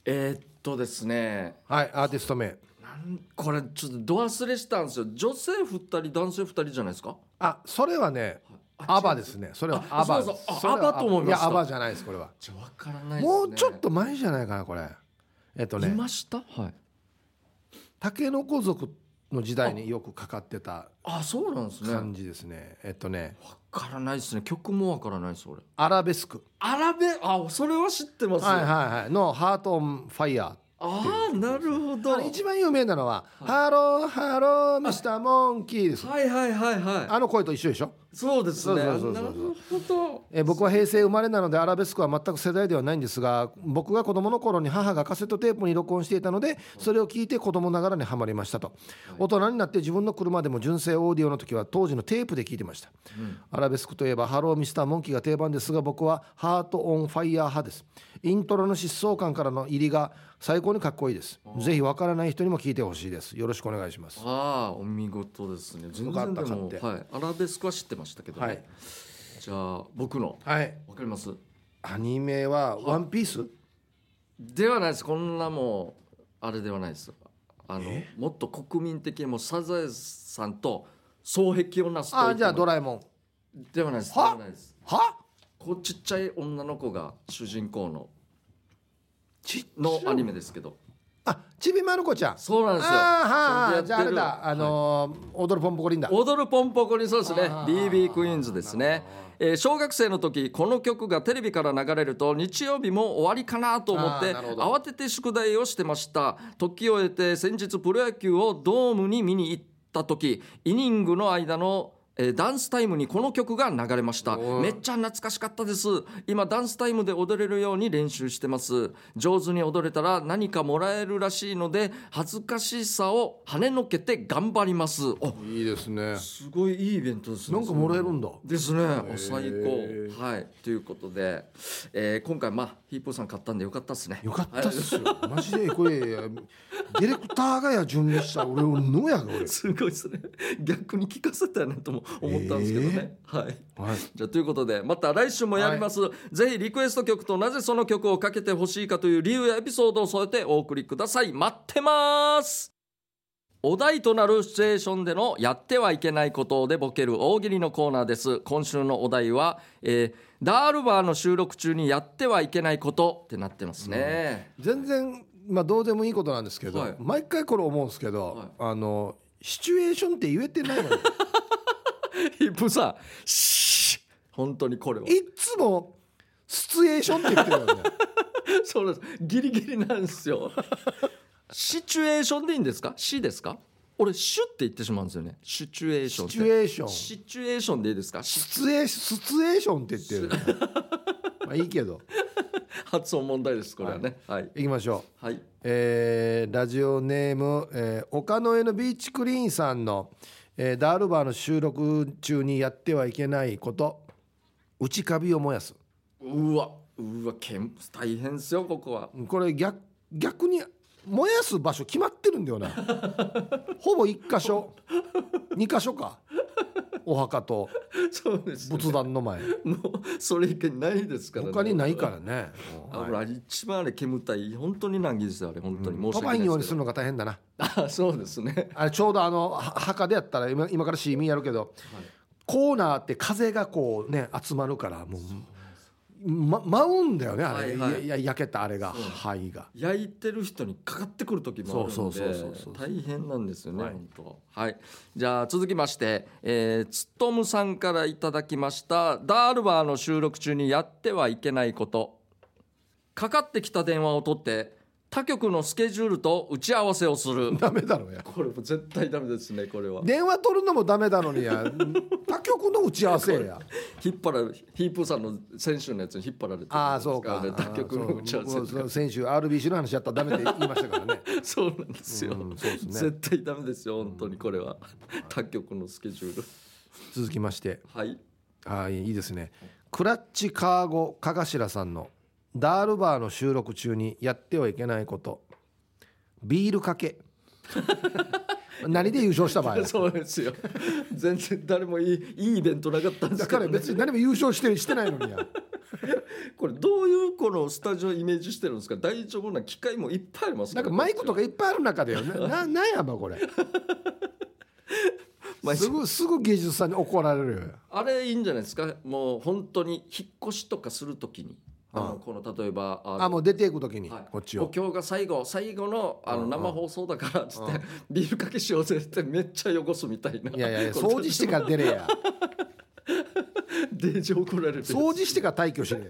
えーっとですね
はいアーティスト名
なんこれちょっとど忘れしたんですよ女性2人男性2人じゃないですか
あそれはね
あ
アバですねそれは
あ
アバ
そうそうあ
それは
アバと思いました
やアバじゃないですこれは
じゃあわからないですね
もうちょっと前じゃないかなこれえっと
い
ね
ましたはい
タケノコ族の時代によくかかってた
あそうなんですねわ
感じですねえっとね
からないですね曲もわからないです俺
アラベスク
アラベあそれは知ってます、
はいはいはいの「ハート・オン・ファイヤー」
ああなるほど
あの
はい
一番有名なのは「ハローハローミスター・モンキー」です
はいはいは
あの声と一緒でしょ
いそうですね
そうそうそうそうそう
なるほど
えー僕は平成生まれなのでアラベスクは全く世代ではないんですが僕が子供の頃に母がカセットテープに録音していたのでそれを聞いて子供ながらにハマりましたと大人になって自分の車でも純正オーディオの時は当時のテープで聞いてました、アラベスクといえばハローミスターモンキーが定番ですが僕はハートオンファイヤー派ですイントロの疾走感からの入りが最高にかっこいいですぜひわからない人にも聞いてほしいですよろしくお願いします
ああお見事ですね全然で
よか
も
った勝って
はいアラベスクは知ってましたけどね、
はい
じゃあ僕の
はい
わかります
アニメは「ワンピース
ではないですこんなもうあれではないですあのもっと国民的にもうサザエさんと双璧をなすとい
あ
う
あじゃあドラえもん
ではないですで
は
はないです
は
こうちっちゃい女の子が主人公の
ちっ
のアニメですけど
あちびまる子ちゃん
そうなんですよ
あーはーはー
そ
じゃああ
れ
れ
でやって
だあのー踊るポンポコリンだ
る踊るポンポコリンそうですね
あー
BB クイーンズですねえー小学生の時この曲がテレビから流れると日曜日も終わりかなと思って
あーなるほど
慌てて宿題をしてました時を経て先日プロ野球をドームに見に行った時イニングの間のえーダンスタイムにこの曲が流れました
おー
めっちゃ懐かしかったです今ダンスタイムで踊れるように練習してます上手に踊れたら何かもらえるらしいので恥ずかしさを跳ねのけて頑張りますお
いいですね
すごいいいイベントですね
なんかもらえるんだ
ですね、お最
へ
高。はい、ということで、えー、今回まあヒーポーさん買ったんでよかったですね。
よかったっすよマジでこれディレクターがや準備した俺をのやが俺
すごいですね。逆に聞かせたよねとも思ったんですけどね、はい
はい、
じゃあということでまた来週もやります、ぜひリクエスト曲となぜその曲をかけてほしいかという理由やエピソードを添えてお送りください待ってますお題となるシチュエーションでのやってはいけないことでボケる大喜利のコーナーです今週のお題は、えーダールバーの収録中にやってはいけないことってなってますね、
全然まあどうでもいいことなんですけど、
はい
毎回これ思うんですけど、
はい
あのシチュエーションって言えてない のよ
ヒップさんシー本当にこれはい
っつもシチュエーションって言ってるよ ね
そうなんですギリギリなんですよシチュエーションでいいんですかシですか俺シュって言ってしまうんですよねシチュエーション
シ
って
チュエーションシ
シチュエーションでいいですかシ
チュエーションって言ってるよね まあいいけど
発音問題ですこれはねはい
いきましょう
はい
えーラジオネーム、えー丘の上のビーチクリーンさんの、えーダールバーの収録中にやってはいけないこと内カビを燃やす
うわうわけん大変ですよここは
これ逆逆に燃やす場所決まってるんだ よなほぼ1箇所2箇所かお墓と
そうです
仏壇の 前
もうそれ以外ないですからね
他にないからね、
あ
はい
ほら一番あれ煙たい本当に難儀ですよあれ本当に申し
飛
訳
ば
ない
ん
で
よう
す
に
け
する
ど
のが大変だな
あそうですね
あれちょうどあのは墓でやったら今今から CM やるけど、コーナーって風がこうね集まるからもうま舞うんだよねあれ、
はいはい
いや焼けたあれが
そう
灰が
焼いてる人にかかってくる時もある
そ
ん
うそうそうそう
で
そう
大変なんですよね、
はい
本当はいじゃあ続きまして、えー、つっとむさんからいただきましたダールバーの収録中にやってはいけないことかかってきた電話を取って他局のスケジュールと打ち合わせをする
ダメだろうや
これも絶対ダメですねこれは
電話取るのもダメだのにや他局の打ち合わせや
引っ張られヒープーさんの先週のやつに引っ張られてる
ああそう
あ
か
れ他局の打ち合わ
あー
せ
そうそう先週 RBC の話やったらダメって言いましたから ね
そうなんですよ、
うんそうですね
絶対ダメですよ本当にこれは、他局のスケジュール
続きまして
はい
はいいいですねクラッチカーゴかがしらさんのダールバーの収録中にやってはいけないことビールかけ 何で優勝した場 合
そうですよ全然誰もいいいいイベントなかったんで
だ
すけ
か
ど、
ら
ね、
別に何も優勝してしてないのにや
これどういうこのスタジオイメージしてるんですか大丈夫な機械もいっぱいあります
なんかマイクとかいっぱいある中でよなななんやばこれ
マイク
すぐすぐ芸術さんに怒られるよ
あれいいんじゃないですかもう本当に引っ越しとかするときにあのこの例えばあの
あもう出ていく時に
はい
こっち
も
を
う今日が最後最後のあの生放送だからっつってビールかけしようぜってめっちゃ汚すみたいない
やいやいや掃除してから出れ や
デージ怒られる
掃除してから退去しれや、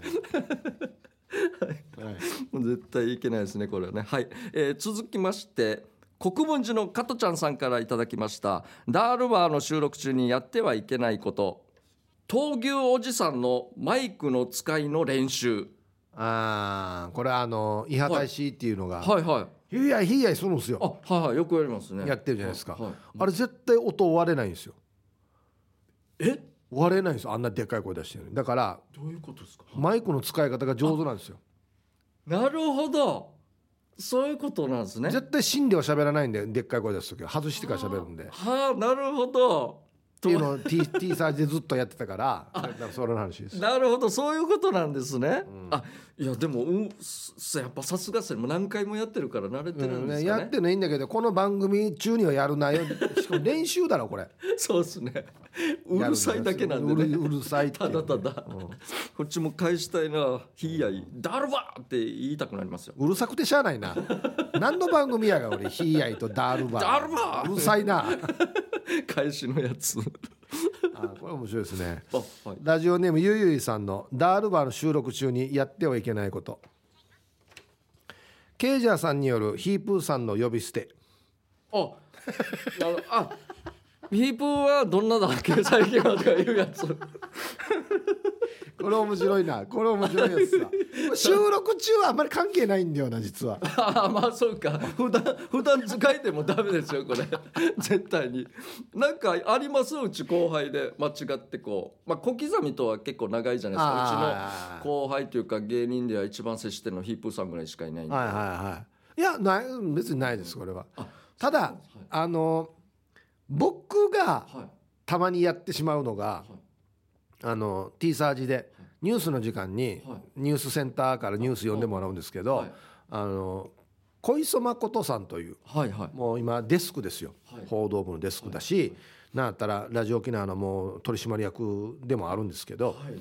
はい
もう絶対いけないですねこれはねはい、えー続きまして国分寺の加トちゃんさんからいただきましたダールバーの収録中にやってはいけないこと闘牛おじさんのマイクの使いの練習
ああこれあの伊波大使っていうのが、
はいはい
い、やいやするんですよ
あはいはいよくやりますね
やってるじゃないですか、
はいはい
あれ絶対音割れないんですよ
え
割れないんですよあんなでっかい声出してるのにだから
どういうことですか
マイクの使い方が上手なんですよ
なるほどそういうことなんですね
絶対心理は喋らないんででっかい声出す時は外してから喋るんでっ
はあなるほど
ていうのを T, T サージでずっとやってたからだからそれの話です
なるほどそういうことなんですね、あいやでも、うん、すすやっぱさすがっすねもう何回もやってるから慣れてるん
うん
ですかね,、
ね、やってるのいいんだけどこの番組中にはやるなよしかも練習だろこれ
そうですね うるさいだけなんで
やるう
ね
るうるさいってい
た
うね
だただ、こっちも返したいな「ひいやい」「だるば!」って言いたくなりますよ
うるさくてしゃあない な何の番組やが俺ヒーヤイとダールバー
ダールバー
うるさいな
返しのやつ
あこれ面白いですね
あはい
ラジオネームゆいゆいさんのダールバーの収録中にやってはいけないことケイジャーさんによるヒープーさんの呼び捨て
あなるあヒープーはどんなだっけ最近はとかいうやつ
これ面白いなこれ面白いやつさ収録中はあんまり関係ないんだよな実は
ああまあそうか普段普段使いでもダメですよこれ 絶対になんかありますうち後輩で間違ってこう、まあ、小刻みとは結構長いじゃないですか
あー
うちの後輩というか芸人では一番接してるのヒープーさんぐらいしかいないんで、
はいはいはいいやない別にないですこれはただあの僕が
はい
たまにやってしまうのがあの T サージでニュースの時間に
はい
ニュースセンターからニュース読んでもらうんですけど
はい
あの小磯誠さんという
はいはい
もう今デスクですよ、
はい
報道部のデスクだし、なんやったらラジオ沖縄のもう取締役でもあるんですけど、
はい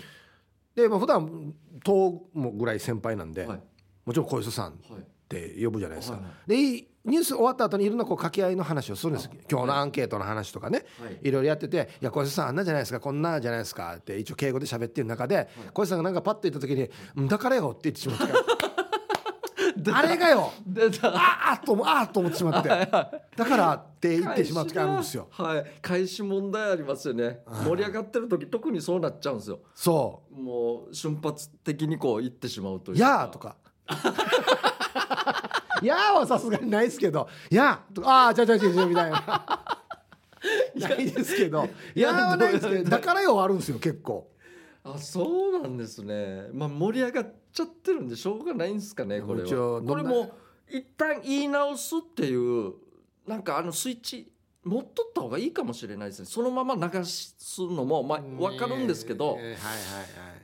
でまあ普段東もぐらい先輩なんで、
はい
もちろん小磯さんっ
はい
て呼ぶじゃないですか、
はいは
でいいニュース終わった後にいろんなこう掛け合いの話をするんです今日のアンケートの話とかね、
はい
いろいろやってて「いや小磯さんあんなじゃないですかこんなじゃないですか」って一応敬語で喋ってる中で、小磯さんがなんかパッと言った時に「うんだからよ」って言ってしまったから あれがよ
出た
ああと思ああと思ってしまってだからって言ってしまう時あるんですよ
はい開始問題ありますよね盛り上がってる時特にそうなっちゃうんですよ
そ
もう瞬発的にこう言ってしまうと
う
い
「
う
やあ」とか「やあ」はさすがにないですけど「やあ」とか「ああちゃうちゃうちゃうちゃう」みたいな。ないですけど「
いや
やあ」はないですけ
どう
ど「だからよ」はあるんですよ結構
あそうなんですねまあ盛り上がっちゃってるんでしょうがないんですかねこれ
もちろ
は
ん
これ
どん
も一旦言い直すっていうなんかあのスイッチ持っとった方がいいかもしれないですねそのまま流すのもまあ分かるんですけど、
えーえーはいはいは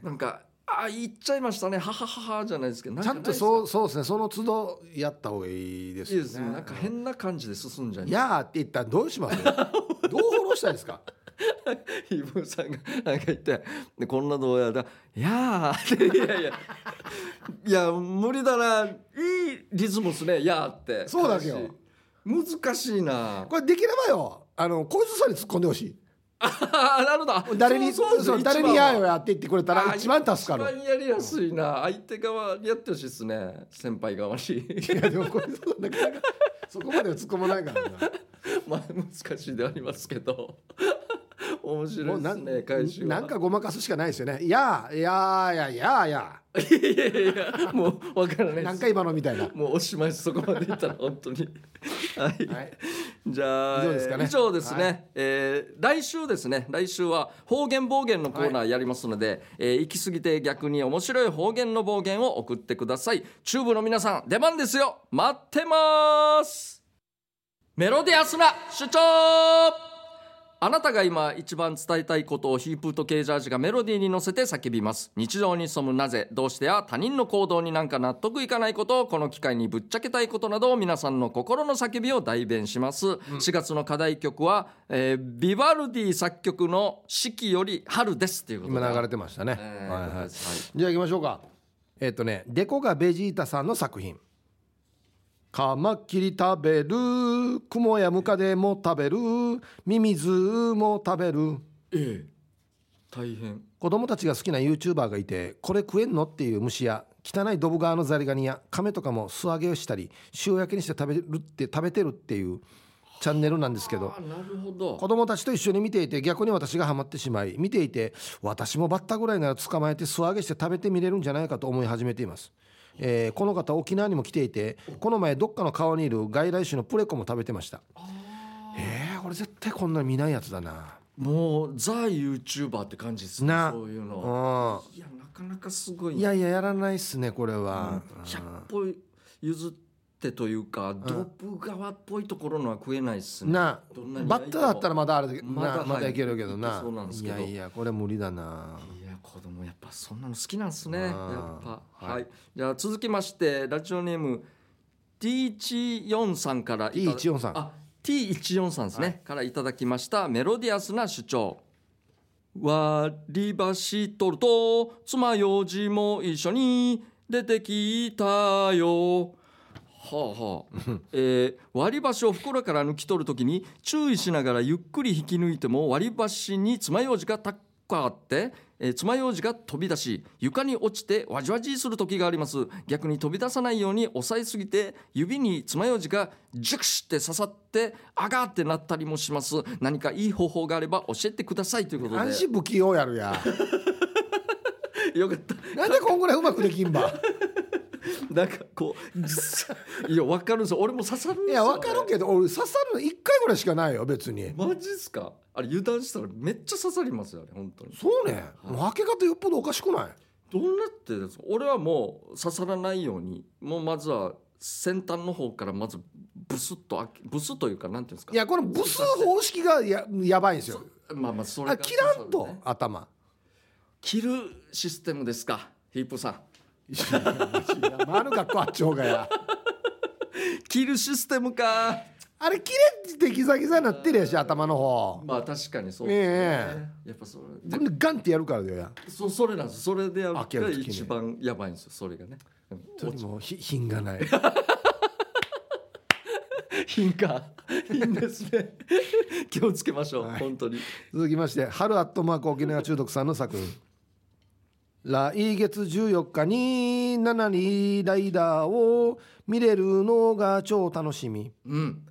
い
なんかあ言っちゃいましたねははははじゃないですけど
ちゃんとそううそうですねその都度やった方がいいです
いい
よ
ですねなんか変な感じで進んじゃいます
やあ」って言ったらどうしますどうフォローしたいですか
イブさんがなんか言ってでこんな動画だ「いやー」って「いやい やいや無理だないいリズムっすね「いやー」って
そうだけど
難しい な
これできればよあの小磯さんに突っ込んでほしい
あなるほど
誰に
そうそうです
そう誰に
一番は
やよやって言ってくれたら一番助か
あ
る。
一番やりやすいな相手側にやってほしいっすね先輩側に
いやでもこれそうなかなかそこまでは突っ込まないからな。
まあ難しいでありますけど面白いで
な
すね回収は
なんかごまかすしかないですよね。いやいやいやいやいや。
いやいやいやもう分からないで
なん
す
か今のみたいな。
もうおしまいですそこまでいったら本当にはい
はい。
じゃあ
以上ですかね
えー以上ですね
は
えー来週ですね来週は方言暴言のコーナーやりますので、えー行き過ぎて逆に面白い方言の暴言を送ってくださいチューブの皆さん出番ですよ待ってますメロディアスな主張あなたが今一番伝えたいことをヒープーとケージャージがメロディーに乗せて叫びます日常に潜むなぜどうしてや他人の行動になんか納得いかないことをこの機会にぶっちゃけたいことなどを皆さんの心の叫びを代弁します、4月の課題曲は、えービバルディ作曲の四季より春ですということで
今流れてましたね。
えー
はいはい
はい。
じゃあ行きましょうか。えっ、とね、デコがベジータさんの作品。カマキリ食べる、クモやムカデも食べる、ミミズも食べる。
ええ大変
子供たちが好きな YouTuber がいてこれ食えんのっていう虫や汚いドブ川のザリガニやカメとかも素揚げをしたり塩焼きにして食べるって食べてるっていうチャンネルなんですけど
あなるほど
子供たちと一緒に見ていて逆に私がハマってしまい見ていて私もバッタぐらいなら捕まえて素揚げして食べてみれるんじゃないかと思い始めています、えーこの方沖縄にも来ていてこの前どっかの川にいる外来種のプレコも食べてましたえー、これ絶対こんなの見ないやつだな
もうザ・ユーチューバーって感じですね
な
そういうの
うん
いやなかなかすごい
いやいややらないっすねこれは、
100歩譲ってというかドブ川っぽいところのは食えないっすね
な
どんなに
バッターだったらまだある
ま
ま
だ
だ
はい
まだいけるけど
い
な
けそうなんですけど
いやいやこれ無理だない
や子供やっぱそんなの好きなんですね
あ
やっ
ー
ぱはい、
はい
じゃあ続きましてラジオネーム T14 さんからいた
T14 さん
あ T14 さんですね、からいただきましたメロディアスな主張割り箸取ると爪楊枝も一緒に出てきたよはあ はあ、えー割り箸を袋から抜き取るときに注意しながらゆっくり引き抜いても割り箸に爪楊枝がたっかあって、えー爪楊枝が飛び出し床に落ちてわじわじする時があります逆に飛び出さないように押さえすぎて指に爪楊枝がジュクシって刺さってあがーってなったりもします何かいい方法があれば教えてくださいということ
安
で
心不器用や るや
よかった
なんでこんぐらいうまくでき んば
なんかこう ぐっさいやわかるんですよ俺も刺さるん
い
ですよ
やわかるけど俺刺さるの1回ぐらいしかないよ別に
マジっすかあれ油断したらめっちゃ刺さりますよね本当に
そうねもう開け方よっぽどおかしくない
どうなってるんですか俺はもう刺さらないようにもうまずは先端の方からまずブスッと開けブスというかなんていうんですか
いやこのブス方式がややばいんですよ
まあまあそれ
あ
が
切らんと、
ね
頭
切るシステムですかヒープさん
丸がこあっちょうがや
切るシステムか
あれ切れってギザギザなってるやし頭の方
まあ確かにそう
ね
です
え
やっぱそれ
でガンってやるからだよや
そそれなんですそれでやる
開ける
が
時に
一番やばいんですよそれがね
本当にもうひ品がない
品か品ですね気をつけましょう、
はい
本当に
続きまして春アットマーク沖縄中毒さんの作品来月14日に七里ライダーを見れるのが超楽しみ
うん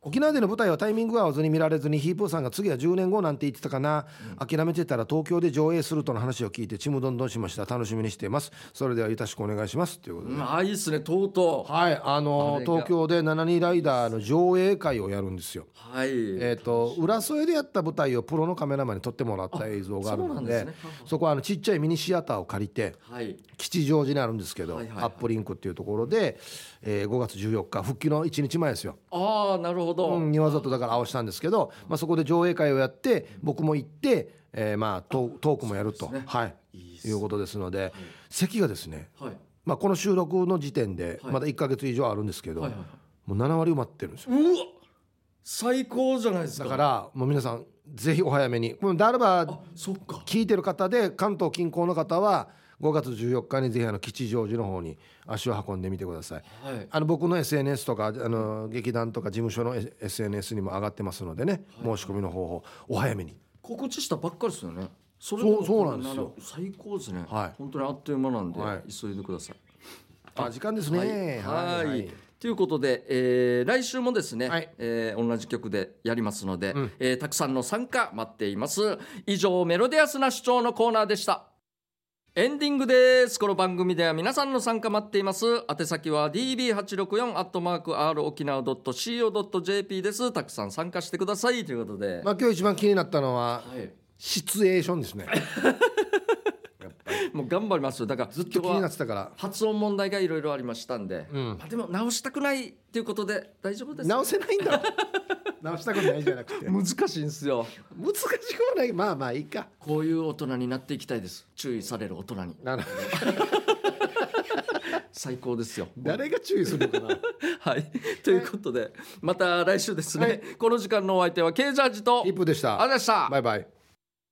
沖縄での舞台はタイミングが合わずに見られずにヒープーさんが次は10年後なんて言ってたかな、諦めてたら東京で上映するとの話を聞いてちむどんどんしました楽しみにしていますそれではよろしくお願いしますということで、
うんああいいですねとうとう
はいあの
あれが
東京で七人ライダーの上映会をやるんですよ
はい
えー、と浦添でやった舞台をプロのカメラマンに撮ってもらった映像がある
そうな
の
ん
で
です
そ
ねはは
こはあのちっちゃいミニシアターを借りて
はい
吉祥寺にあるんですけど、
はいはいはい
アップリンクっていうところで、えー5月14日復帰の1日前ですよ
ああなるほど、
うん、庭里だから合わせたんですけど、まあ、そこで上映会をやって僕も行って、えーまあ、トートークもやると、
そうです
はい
いいっす
いうことですので、席がですね、
はい
まあ、この収録の時点で
はい
まだ1か月以上あるんですけど、
はいはいはい
もう7割埋まってるんですよ
うわ最高じゃないです
だ
か
からもう皆さんぜひお早めにもうであれば
あそっか
聞いてる方で関東近郊の方は5月14日にぜひあの吉祥寺の方に足を運んでみてください。
はい
あの僕の SNS とかあの劇団とか事務所の SNS にも上がってますのでね、申し込みの方法お早めに
告知したばっかりですよねそれ
そう
も
そうなんですよ
最高ですね、
はい
本当にあっという間なんで、
はい
急いでください
あ時間ですね
はい、
は
はいいということで、えー来週もですね、
はい
えー同じ曲でやりますので、えーたくさんの参加待っています以上メロディアスな主張のコーナーでしたエンディングです。この番組では皆さんの参加待っています。宛先は db864 アットマーク r 沖縄 .co.jp です。たくさん参加してくださいということで。
まあ、今日一番気になったのは
はい。
シチュエーションですね
もう頑張りますよ。だからずっ
気になってたから
発音問題がいろいろありましたんで、まあでも直したくないということで大丈夫です。
直せないんだろ 直したことないじゃなくて難
難しいんですよ。
しくもないまあまあいいか
こういう大人になっていきたいです。注意される大人に。
なる
最高ですよ。
誰が注意するのかな
はい。ということで、また来週ですね。
はい
この時間のお相手は K ジャージと。
一歩でした
ありがとうございました
バイバイ